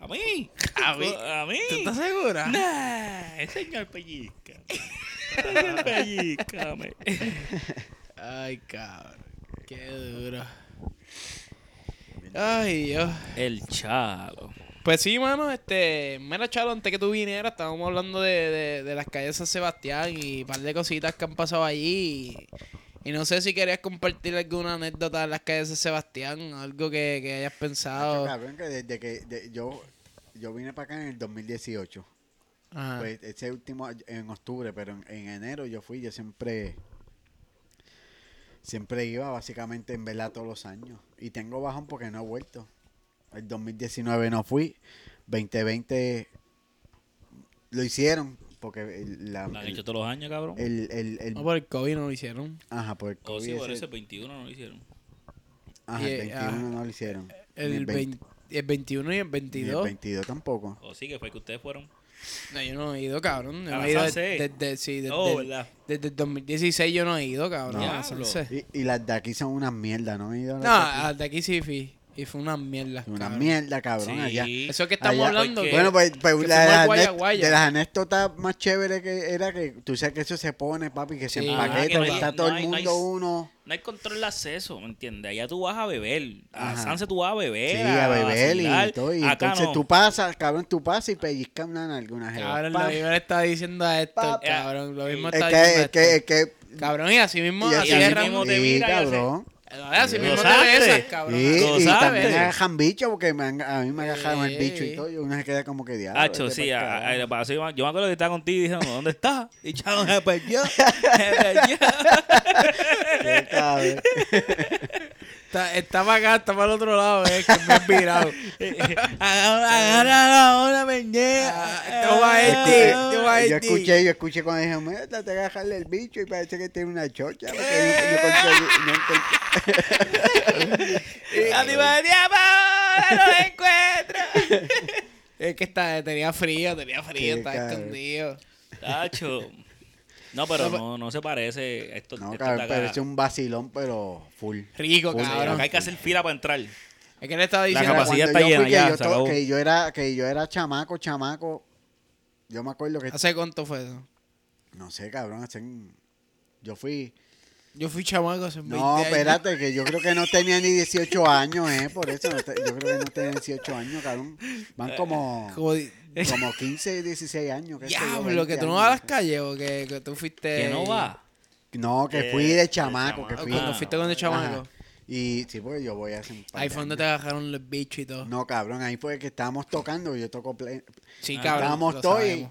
Speaker 2: A mí, a mí, a mí.
Speaker 1: ¿Tú estás segura?
Speaker 3: Ah.
Speaker 2: Nah, señor pellizca. Señor pellizcame.
Speaker 1: Ay, cabrón. Qué duro. Ay, Dios.
Speaker 2: El chalo.
Speaker 1: Pues sí, mano, este. Mira, Chalo, antes que tú vinieras, estábamos hablando de, de- de las calles de San Sebastián y un par de cositas que han pasado allí. Y, no sé si querías compartir alguna anécdota de las calles de San Sebastián, algo que, que hayas
Speaker 3: Hacho,
Speaker 1: pensado.
Speaker 3: Ah, cabrón, que desde que de- yo, yo vine para acá en el 2018.
Speaker 1: Ajá.
Speaker 3: Pues ese último año- en octubre, pero en, en enero yo fui, yo siempre siempre iba básicamente en verdad todos los años y tengo bajón porque no he vuelto. El 2019 no fui, 2020 lo hicieron porque el, la-
Speaker 2: Lo han
Speaker 3: el-
Speaker 2: hecho todos los años, cabrón.
Speaker 3: el- el- el-
Speaker 1: No, por el COVID no lo hicieron.
Speaker 3: ajá, por el
Speaker 2: O Oh, sí,
Speaker 3: COVID
Speaker 2: por
Speaker 3: ese-
Speaker 2: eso el 21 no lo hicieron.
Speaker 3: ajá, el
Speaker 1: y-
Speaker 3: 21
Speaker 1: ajá.
Speaker 3: no lo hicieron.
Speaker 1: El,
Speaker 3: ni el 20,
Speaker 1: 20 el 21 y el
Speaker 3: ni el
Speaker 1: 22.
Speaker 3: 22 tampoco.
Speaker 2: O sí, que fue que ustedes fueron.
Speaker 1: No, yo no he ido, cabrón. Yo no
Speaker 2: A
Speaker 1: he
Speaker 2: las
Speaker 1: ido
Speaker 2: once.
Speaker 1: desde, desde- sí, desde-
Speaker 2: Oh, ¿verdad?
Speaker 1: desde el 2016 yo no he ido, cabrón.
Speaker 2: No.
Speaker 1: a las once.
Speaker 3: Y, y las de aquí son unas mierdas, ¿no? pues,
Speaker 1: No, al de aquí sí fui. Y fue una mierda.
Speaker 3: Una
Speaker 1: cabrón.
Speaker 3: mierda, cabrón,
Speaker 2: Sí.
Speaker 3: allá.
Speaker 1: Eso es que estamos
Speaker 3: Allá,
Speaker 1: hablando. que-
Speaker 2: porque- Eh,
Speaker 3: Bueno, pues, pues
Speaker 1: que
Speaker 3: la
Speaker 1: fuimos a
Speaker 3: de, las
Speaker 1: Guaya
Speaker 3: anec-
Speaker 1: Guaya.
Speaker 3: de las anécdotas más chéveres que era que tú sabes que eso se pone, papi, que se
Speaker 1: Sí.
Speaker 3: empaqueta,
Speaker 1: Ah, que no hay-
Speaker 3: está
Speaker 2: no
Speaker 3: todo
Speaker 2: hay-
Speaker 3: el
Speaker 2: no
Speaker 3: mundo
Speaker 2: hay-
Speaker 3: uno.
Speaker 2: No hay control de acceso, ¿me entiendes? Allá tú vas a beber. A
Speaker 3: Ajá.
Speaker 2: Sanse tú vas a beber.
Speaker 3: Sí, a beber
Speaker 2: vacilar.
Speaker 3: y todo. Y
Speaker 2: Acá
Speaker 3: entonces
Speaker 2: no.
Speaker 3: tú pasas, cabrón, tú pasas y pellizcan una alguna
Speaker 1: Cabrón,
Speaker 3: jeva.
Speaker 1: lo mismo le está diciendo a esto,
Speaker 3: Pa-
Speaker 1: cabrón. Lo mismo
Speaker 2: Es
Speaker 3: Es
Speaker 1: está
Speaker 3: que,
Speaker 1: diciendo
Speaker 3: es que,
Speaker 1: a
Speaker 3: es
Speaker 1: esto.
Speaker 3: que.
Speaker 1: Cabrón, y así mismo,
Speaker 3: y
Speaker 1: así
Speaker 2: así
Speaker 1: de
Speaker 2: mismo
Speaker 1: Ramón.
Speaker 2: te
Speaker 3: sí,
Speaker 2: mira y hace-
Speaker 3: cabrón.
Speaker 1: Así
Speaker 2: Lo
Speaker 1: mismo te
Speaker 2: sabe.
Speaker 1: besas, cabrón.
Speaker 3: Sí,
Speaker 2: Lo
Speaker 3: y
Speaker 2: sabe.
Speaker 3: también me agarran bicho porque me han- a mí me agarraron el bicho
Speaker 1: Sí.
Speaker 3: y todo. Y uno se queda como que diablo.
Speaker 2: Hacho,
Speaker 3: este
Speaker 2: sí,
Speaker 3: pa'l
Speaker 2: a-
Speaker 3: carajo.
Speaker 2: a- le pasó, yo me yo me acuerdo que estaba contigo y dije, "No, ¿dónde está? Y chao, se perdió. Se perdió.
Speaker 3: Qué cabrón.
Speaker 1: Está, está para acá, está para el otro lado, eh, que me han virado.
Speaker 2: Agarra ahora,
Speaker 1: Ah, esto va a este, esto va a
Speaker 3: yo
Speaker 1: este.
Speaker 3: escuché, yo escuché cuando dije, mira, te voy a dejarle el bicho y parece que tiene una chocha. Porque yo, yo conseguí- no encontré-
Speaker 1: Este,
Speaker 2: no encuentro.
Speaker 1: Es que está, tenía frío, tenía frío,
Speaker 3: Qué
Speaker 1: está
Speaker 3: cabrón.
Speaker 1: escondido.
Speaker 2: Tacho. No, pero no, no se parece. Esto,
Speaker 3: No,
Speaker 2: esto
Speaker 3: cabrón,
Speaker 2: Este está acá.
Speaker 3: parece un vacilón, pero full.
Speaker 1: Rico,
Speaker 3: Full,
Speaker 1: cabrón.
Speaker 2: Acá hay que hacer fila para entrar.
Speaker 1: Es que le estaba
Speaker 2: La
Speaker 1: diciendo.
Speaker 3: Mira,
Speaker 2: capacidad
Speaker 3: cuando
Speaker 2: está
Speaker 3: yo
Speaker 2: llena,
Speaker 3: fui,
Speaker 2: ya,
Speaker 3: Que yo,
Speaker 2: se
Speaker 3: to-
Speaker 2: acabó.
Speaker 3: que yo era, que yo era chamaco, chamaco. Yo me acuerdo que,
Speaker 1: ¿Hace cuánto fue eso?
Speaker 3: no sé, cabrón, hacen- yo fui.
Speaker 1: Yo fui chamaco hace 20
Speaker 3: No,
Speaker 1: años.
Speaker 3: espérate, que yo creo que no tenía ni 18 años, eh, por eso, no te- yo creo que no tenía 18 años, cabrón. Van como,
Speaker 1: Como di-
Speaker 3: Como 15, 16 años. qué sé yo,
Speaker 1: Diablo,
Speaker 3: 20
Speaker 1: que tú no
Speaker 3: años.
Speaker 1: vas a las calles o que, que tú fuiste.
Speaker 2: Que no va.
Speaker 3: No, que
Speaker 4: Eh,
Speaker 3: fui de
Speaker 4: de
Speaker 3: chamaco,
Speaker 4: chamaco.
Speaker 3: que
Speaker 1: O
Speaker 3: fui.
Speaker 1: Cuando fuiste con el chamaco.
Speaker 3: Ajá. Y sí, porque yo voy a hacer un par
Speaker 1: Ahí
Speaker 3: de
Speaker 1: fue donde te
Speaker 3: años.
Speaker 1: agarraron los bichos y todo.
Speaker 3: No, cabrón, ahí fue que estábamos tocando, yo toco play.
Speaker 1: Sí,
Speaker 2: Ah.
Speaker 1: cabrón.
Speaker 3: Estábamos
Speaker 1: lo
Speaker 3: todos y-
Speaker 1: sabemos.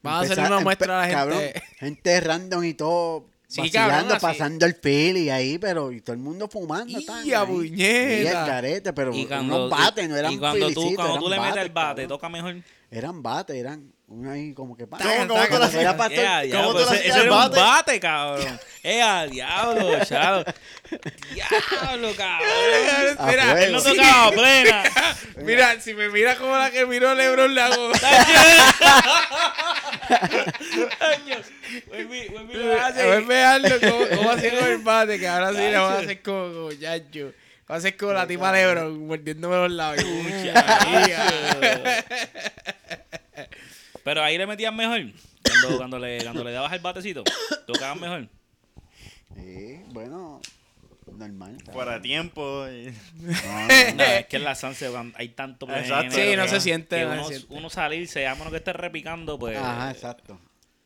Speaker 1: Vamos a hacer
Speaker 3: Empezar-
Speaker 1: una
Speaker 3: empe-
Speaker 1: muestra a la
Speaker 3: cabrón,
Speaker 1: gente.
Speaker 3: gente random y todo.
Speaker 1: Sí,
Speaker 3: vacilando,
Speaker 1: cabrón, así.
Speaker 3: pasando el pil y ahí, pero y todo el mundo fumando.
Speaker 1: ¡Ya,
Speaker 3: tan ahí.
Speaker 1: puñeta!
Speaker 3: Y el carete, pero
Speaker 2: Y
Speaker 3: unos
Speaker 2: cuando,
Speaker 3: bates, no eran
Speaker 2: y cuando tú,
Speaker 3: pilicitos,
Speaker 2: cuando
Speaker 3: eran
Speaker 2: tú le metes el
Speaker 3: bates,
Speaker 2: bate,
Speaker 3: cabrón.
Speaker 2: toca mejor.
Speaker 3: Eran bates, eran uno ahí como que...
Speaker 1: Taca,
Speaker 3: ¿Cómo, cómo
Speaker 1: taca,
Speaker 3: tú lo
Speaker 1: taca.
Speaker 3: hacías, pastor?
Speaker 2: Ea, diablo,
Speaker 3: ¿Cómo tú lo
Speaker 2: pues ese-
Speaker 3: hacías
Speaker 2: ese
Speaker 3: el
Speaker 2: era un
Speaker 3: bate?
Speaker 2: bate, cabrón. Ea, diablo, chavo. Diablo, cabrón.
Speaker 3: A
Speaker 1: Mira,
Speaker 3: fuego.
Speaker 2: Él no
Speaker 1: sí.
Speaker 2: tocaba plena.
Speaker 1: Mira, si me mira como la que miró Lebron, le hago.
Speaker 2: Coño, vuelve- vuelve y "Ah, lo
Speaker 1: A
Speaker 2: hace.
Speaker 1: ver, veanlo, ¿cómo, cómo hacer con el bate? Que ahora sí le voy a hacer como, como Yacho. Va a hacer como la tipa Lebron, mordiéndome los labios.
Speaker 2: Pero ahí le metías mejor. Cuando, cuando, le, cuando le dabas el batecito, tocabas mejor.
Speaker 3: Sí, bueno, normal. cabrón.
Speaker 4: Fuera de tiempo. y-
Speaker 3: No,
Speaker 2: No,
Speaker 3: no,
Speaker 2: es que en la Sanse van- hay tanto
Speaker 4: Exacto.
Speaker 2: género,
Speaker 4: Sí, no se
Speaker 1: siente,
Speaker 2: que
Speaker 1: no se
Speaker 2: uno,
Speaker 1: siente.
Speaker 2: uno salirse, a menos que esté repicando, pues.
Speaker 3: no. Ajá, exacto.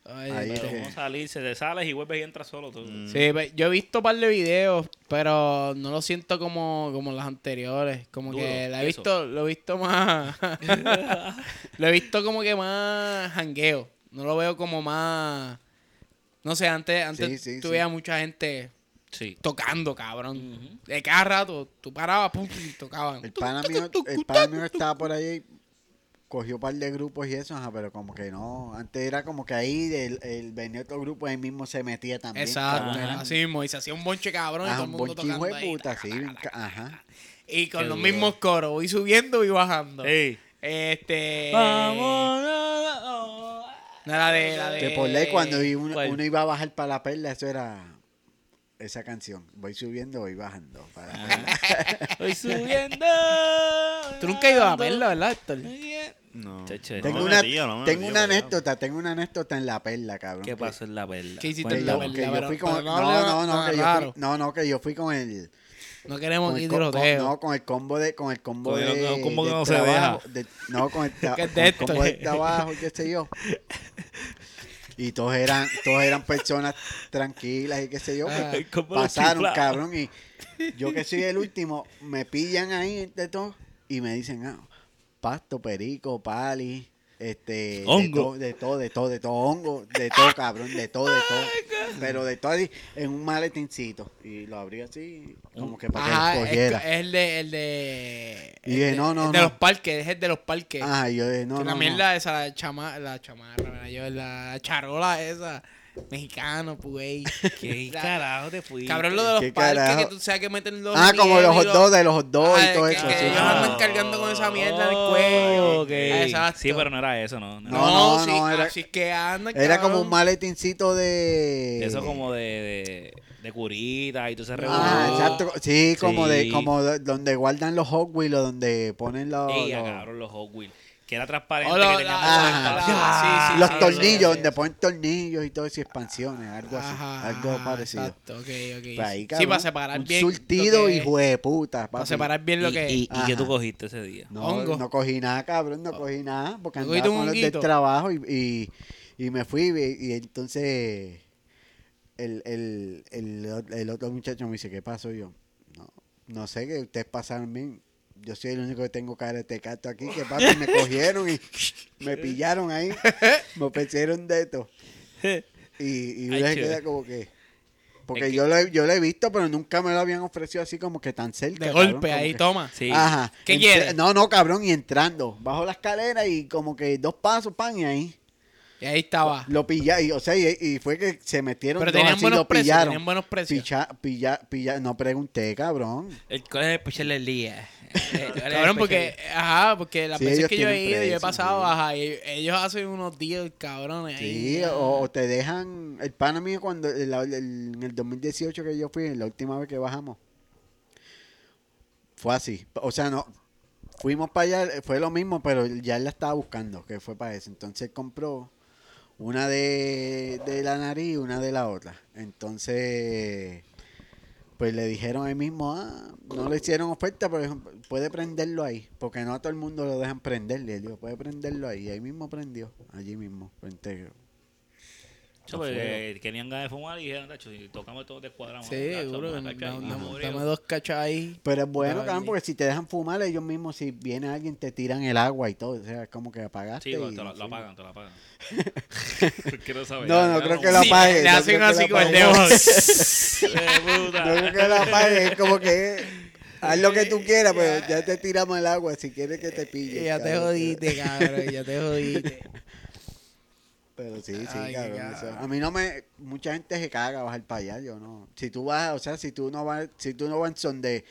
Speaker 1: Ay,
Speaker 3: Ahí
Speaker 1: Dios.
Speaker 2: Pero
Speaker 3: Sí.
Speaker 2: uno salirse, te sales y vuelves y entras solo tú.
Speaker 1: Sí, pues, yo he visto un par de videos, pero no lo siento como, como las anteriores. Como
Speaker 2: Duro,
Speaker 1: que la he
Speaker 2: tieso.
Speaker 1: visto, lo he visto más. lo he visto como que más jangueo. No lo veo como más. No sé, antes, antes
Speaker 3: Sí, sí,
Speaker 1: tú
Speaker 3: sí.
Speaker 1: veías mucha gente
Speaker 2: Sí.
Speaker 1: tocando, cabrón.
Speaker 2: Ujú.
Speaker 1: De cada rato, tú parabas, pum, y tocaban.
Speaker 3: El pana mío, el pana mío estaba por ahí, cogió un par de grupos y eso, ajá, pero como que no. Antes era como que ahí el, el venía otro grupo ahí mismo se metía también.
Speaker 1: Exacto,
Speaker 2: cabrón.
Speaker 1: era así mismo. Y se hacía un bonche cabrón y
Speaker 3: Ajá,
Speaker 1: todo el
Speaker 3: un
Speaker 1: mundo
Speaker 3: bonchijo
Speaker 1: tocando.
Speaker 3: de
Speaker 1: ahí,
Speaker 3: puta,
Speaker 1: taca,
Speaker 3: sí.
Speaker 1: taca,
Speaker 3: un ca-
Speaker 1: taca.
Speaker 3: Ajá.
Speaker 1: Y con
Speaker 2: Qué
Speaker 1: los
Speaker 2: duro.
Speaker 1: mismos coros, voy subiendo y bajando.
Speaker 2: Ey.
Speaker 1: Este.
Speaker 2: Vamos, no, no, no.
Speaker 1: No, la de. La de
Speaker 3: Que por ley cuando i- uno,
Speaker 2: ¿cuál?
Speaker 3: uno iba a bajar para la perla, eso era esa canción. Voy subiendo, voy bajando. Para la perla.
Speaker 2: Voy subiendo.
Speaker 1: Tú nunca ibas a verla, ¿verdad, Héctor?
Speaker 4: No.
Speaker 2: Cheche.
Speaker 4: No
Speaker 3: Tengo
Speaker 4: me
Speaker 3: una,
Speaker 4: metí, no
Speaker 3: tengo
Speaker 4: me metí,
Speaker 3: una
Speaker 4: pero ya.
Speaker 3: anécdota, tengo una anécdota en la perla, cabrón.
Speaker 2: ¿Qué
Speaker 3: que-
Speaker 2: pasó en la perla?
Speaker 1: ¿Qué hiciste
Speaker 3: que
Speaker 1: en la
Speaker 3: Pues yo-
Speaker 1: perla?
Speaker 3: que yo fui
Speaker 1: pero-
Speaker 3: con-
Speaker 1: pero no
Speaker 3: No,
Speaker 1: hablemos
Speaker 3: no, no,
Speaker 1: nada
Speaker 3: que yo
Speaker 1: raro.
Speaker 3: fui- no, no, que yo fui con el...
Speaker 1: No queremos
Speaker 3: con
Speaker 1: ni
Speaker 3: el co- con-
Speaker 1: tiroteo.
Speaker 3: no, con el combo de con el combo
Speaker 2: Con el-
Speaker 3: de,
Speaker 2: con el combo
Speaker 3: del
Speaker 2: que no se
Speaker 3: trabajo, de- no con el, tra-
Speaker 1: ¿Qué es
Speaker 3: con
Speaker 1: de
Speaker 3: el
Speaker 1: esto?
Speaker 3: combo de trabajo qué sé yo y todos eran todos eran personas tranquilas y qué sé yo
Speaker 1: Ah.
Speaker 3: pues,
Speaker 2: El combo de los
Speaker 3: pasaron
Speaker 2: chiflados.
Speaker 3: cabrón y yo que soy el último me pillan ahí de todo y me dicen ah, pasto perico pali este
Speaker 2: Hongo.
Speaker 3: de todo de todo de todo de todo hongo de todo cabrón de todo de todo pero de todo ahí en un maletincito y lo abrí así como que para
Speaker 1: Ajá,
Speaker 3: que
Speaker 1: es,
Speaker 3: escogiera
Speaker 1: es el de. El de
Speaker 3: Y dije,
Speaker 1: el de-
Speaker 3: no, no,
Speaker 1: el de
Speaker 3: no.
Speaker 1: los parques, es el de los parques.
Speaker 3: Ah, yo de no,
Speaker 1: Que
Speaker 3: no,
Speaker 1: la
Speaker 3: no.
Speaker 1: mierda esa, la, chama, la chamarra, mira, yo, la charola esa. Mexicano, pues.
Speaker 2: ¿Qué
Speaker 1: La-
Speaker 2: carajo te fuiste?
Speaker 1: Cabrón, lo de los
Speaker 3: ¿Qué
Speaker 1: parques
Speaker 3: carajo?
Speaker 1: que tú sabes que meten los.
Speaker 3: Ah, como
Speaker 1: nieves
Speaker 3: los
Speaker 1: y
Speaker 3: hot dogs de los hot dogs
Speaker 1: Ah,
Speaker 3: y todo
Speaker 1: que-
Speaker 3: eso.
Speaker 1: que
Speaker 3: sí,
Speaker 1: ellos
Speaker 3: sí.
Speaker 1: andan cargando con esa mierda en el cuello.
Speaker 2: Oh, ok.
Speaker 1: Ah, exacto.
Speaker 2: Sí, pero no era eso, no. no.
Speaker 1: No,
Speaker 3: No,
Speaker 1: sí,
Speaker 3: no, era-
Speaker 1: así que andan.
Speaker 3: Era como
Speaker 1: cabrón.
Speaker 3: un maletincito de.
Speaker 2: Eso como de, de, de curita y tú se revolú.
Speaker 3: Eh, Ah, exacto. Sí, como de,
Speaker 2: Sí.
Speaker 3: como de- donde guardan los Hot Wheels o donde ponen los.
Speaker 2: Ey,
Speaker 3: los-
Speaker 2: cabrón, los Hot Wheels. Que era transparente.
Speaker 1: Oh, lo-
Speaker 2: que tenía
Speaker 1: la-
Speaker 2: mucha
Speaker 3: la-
Speaker 2: ventaja.
Speaker 1: sí, sí,
Speaker 3: Ah, los
Speaker 1: sí,
Speaker 3: tornillos,
Speaker 1: Ah, sí, sí.
Speaker 3: donde ponen tornillos y todo eso, y expansiones, algo así,
Speaker 1: Ajá,
Speaker 3: algo
Speaker 1: ajá,
Speaker 3: parecido.
Speaker 1: Exacto, ok, ok.
Speaker 3: Pues ahí,
Speaker 1: sí,
Speaker 3: cabrón,
Speaker 1: para separar
Speaker 3: un
Speaker 1: bien. lo
Speaker 3: Surtido,
Speaker 1: que-
Speaker 3: hijo de puta.
Speaker 1: Para
Speaker 3: papi.
Speaker 1: separar bien lo que.
Speaker 2: ¿Y, y, y qué tú
Speaker 3: Ajá.
Speaker 2: cogiste ese día?
Speaker 3: No,
Speaker 1: Hongo.
Speaker 3: no cogí nada, cabrón, no cogí nada, porque
Speaker 1: ¿No
Speaker 3: andaba
Speaker 1: cogiste un
Speaker 3: con los del
Speaker 1: honguito?
Speaker 3: trabajo y, y, y me fui y, y entonces el, el, el, o- el otro muchacho me dice, ¿qué pasó Y yo? No, no sé, que ustedes pasaron bien. Yo soy el único que tengo cara de tecato aquí, que papi me cogieron y me pillaron ahí, me ofrecieron de esto. Y, y uno
Speaker 2: Ay,
Speaker 3: se queda
Speaker 2: chévere.
Speaker 3: como que... Porque
Speaker 2: Es que-
Speaker 3: yo, lo, he- yo lo he visto, pero nunca me lo habían ofrecido así como que tan cerca.
Speaker 1: de
Speaker 3: cabrón,
Speaker 1: golpe,
Speaker 3: como
Speaker 1: ahí
Speaker 3: que-
Speaker 1: toma.
Speaker 2: Sí.
Speaker 3: Ajá.
Speaker 1: ¿Qué
Speaker 3: Entra-
Speaker 1: quieres?
Speaker 3: No, no, cabrón, y entrando. Bajo la escalera y como que dos pasos, pan, y ahí.
Speaker 1: Y ahí estaba.
Speaker 3: Lo pillaron, o sea, y, y fue que se metieron
Speaker 1: Ah, Pero
Speaker 3: dos
Speaker 1: tenían
Speaker 3: así,
Speaker 1: buenos
Speaker 3: lo
Speaker 1: precios.
Speaker 3: pillaron.
Speaker 1: Tenían buenos precios.
Speaker 3: Picha- pilla- pilla- no pregunté, cabrón.
Speaker 2: El colegio de Pichel del día. Eh,
Speaker 1: Cabrón, porque, ajá, porque las
Speaker 3: Sí,
Speaker 1: veces
Speaker 3: ellos
Speaker 1: que yo he
Speaker 3: tienen
Speaker 1: ido, yo he
Speaker 3: precio,
Speaker 1: pasado,
Speaker 3: sí.
Speaker 1: ajá, y ellos hacen unos deals, cabrones. ahí.
Speaker 3: Sí, o, o te dejan. El pana mío, cuando el- el- en el 2018 que yo fui, la última vez que bajamos, fue así. O sea, no. Fuimos para allá, fue lo mismo, pero él- ya él la estaba buscando, que fue para eso. Entonces él compró una de, de la nariz y una de la otra. Entonces, Pues le dijeron ahí mismo, ah, no le hicieron oferta, pero puede prenderlo ahí, porque no a todo el mundo lo dejan prender. Y él dijo, puede prenderlo ahí. Y ahí mismo prendió, allí mismo, pues, frente.
Speaker 2: Chacho, porque querían ganas de fumar y dijeron, tacho, si tocamos todos descuadramos.
Speaker 1: Sí,
Speaker 2: tacho,
Speaker 1: duro.
Speaker 2: vamos a cachar y vamos a morir.
Speaker 1: Dame dos cachas ahí.
Speaker 3: Pero es bueno,
Speaker 1: Ay.
Speaker 3: cabrón, porque si te dejan fumar, ellos mismos, si viene alguien, te tiran el agua y todo. O sea, es como que apagaste.
Speaker 2: Sí, pero
Speaker 3: y-
Speaker 2: te lo, lo
Speaker 3: sí.
Speaker 2: apagan, te lo apagan. Quiero saber.
Speaker 3: No, no creo que lo
Speaker 1: Sí,
Speaker 3: apague.
Speaker 1: le
Speaker 3: no
Speaker 1: hacen
Speaker 3: creo que
Speaker 1: así
Speaker 3: lo
Speaker 1: con el
Speaker 3: apague.
Speaker 1: dedo.
Speaker 3: No creo que la pague, es como que haz lo que tú quieras, pero ya te tiramos el agua si quieres que
Speaker 2: Eh,
Speaker 3: te pille.
Speaker 1: Ya te jodiste, cabrón. Ya te jodiste.
Speaker 3: Pero sí, sí,
Speaker 1: Ay, qué
Speaker 3: cabrón. eso-
Speaker 1: cabrón.
Speaker 3: A mí no me. Mucha gente se caga bajar para allá, yo no. Si tú vas, o sea, si tú no vas, si tú no vas en son de,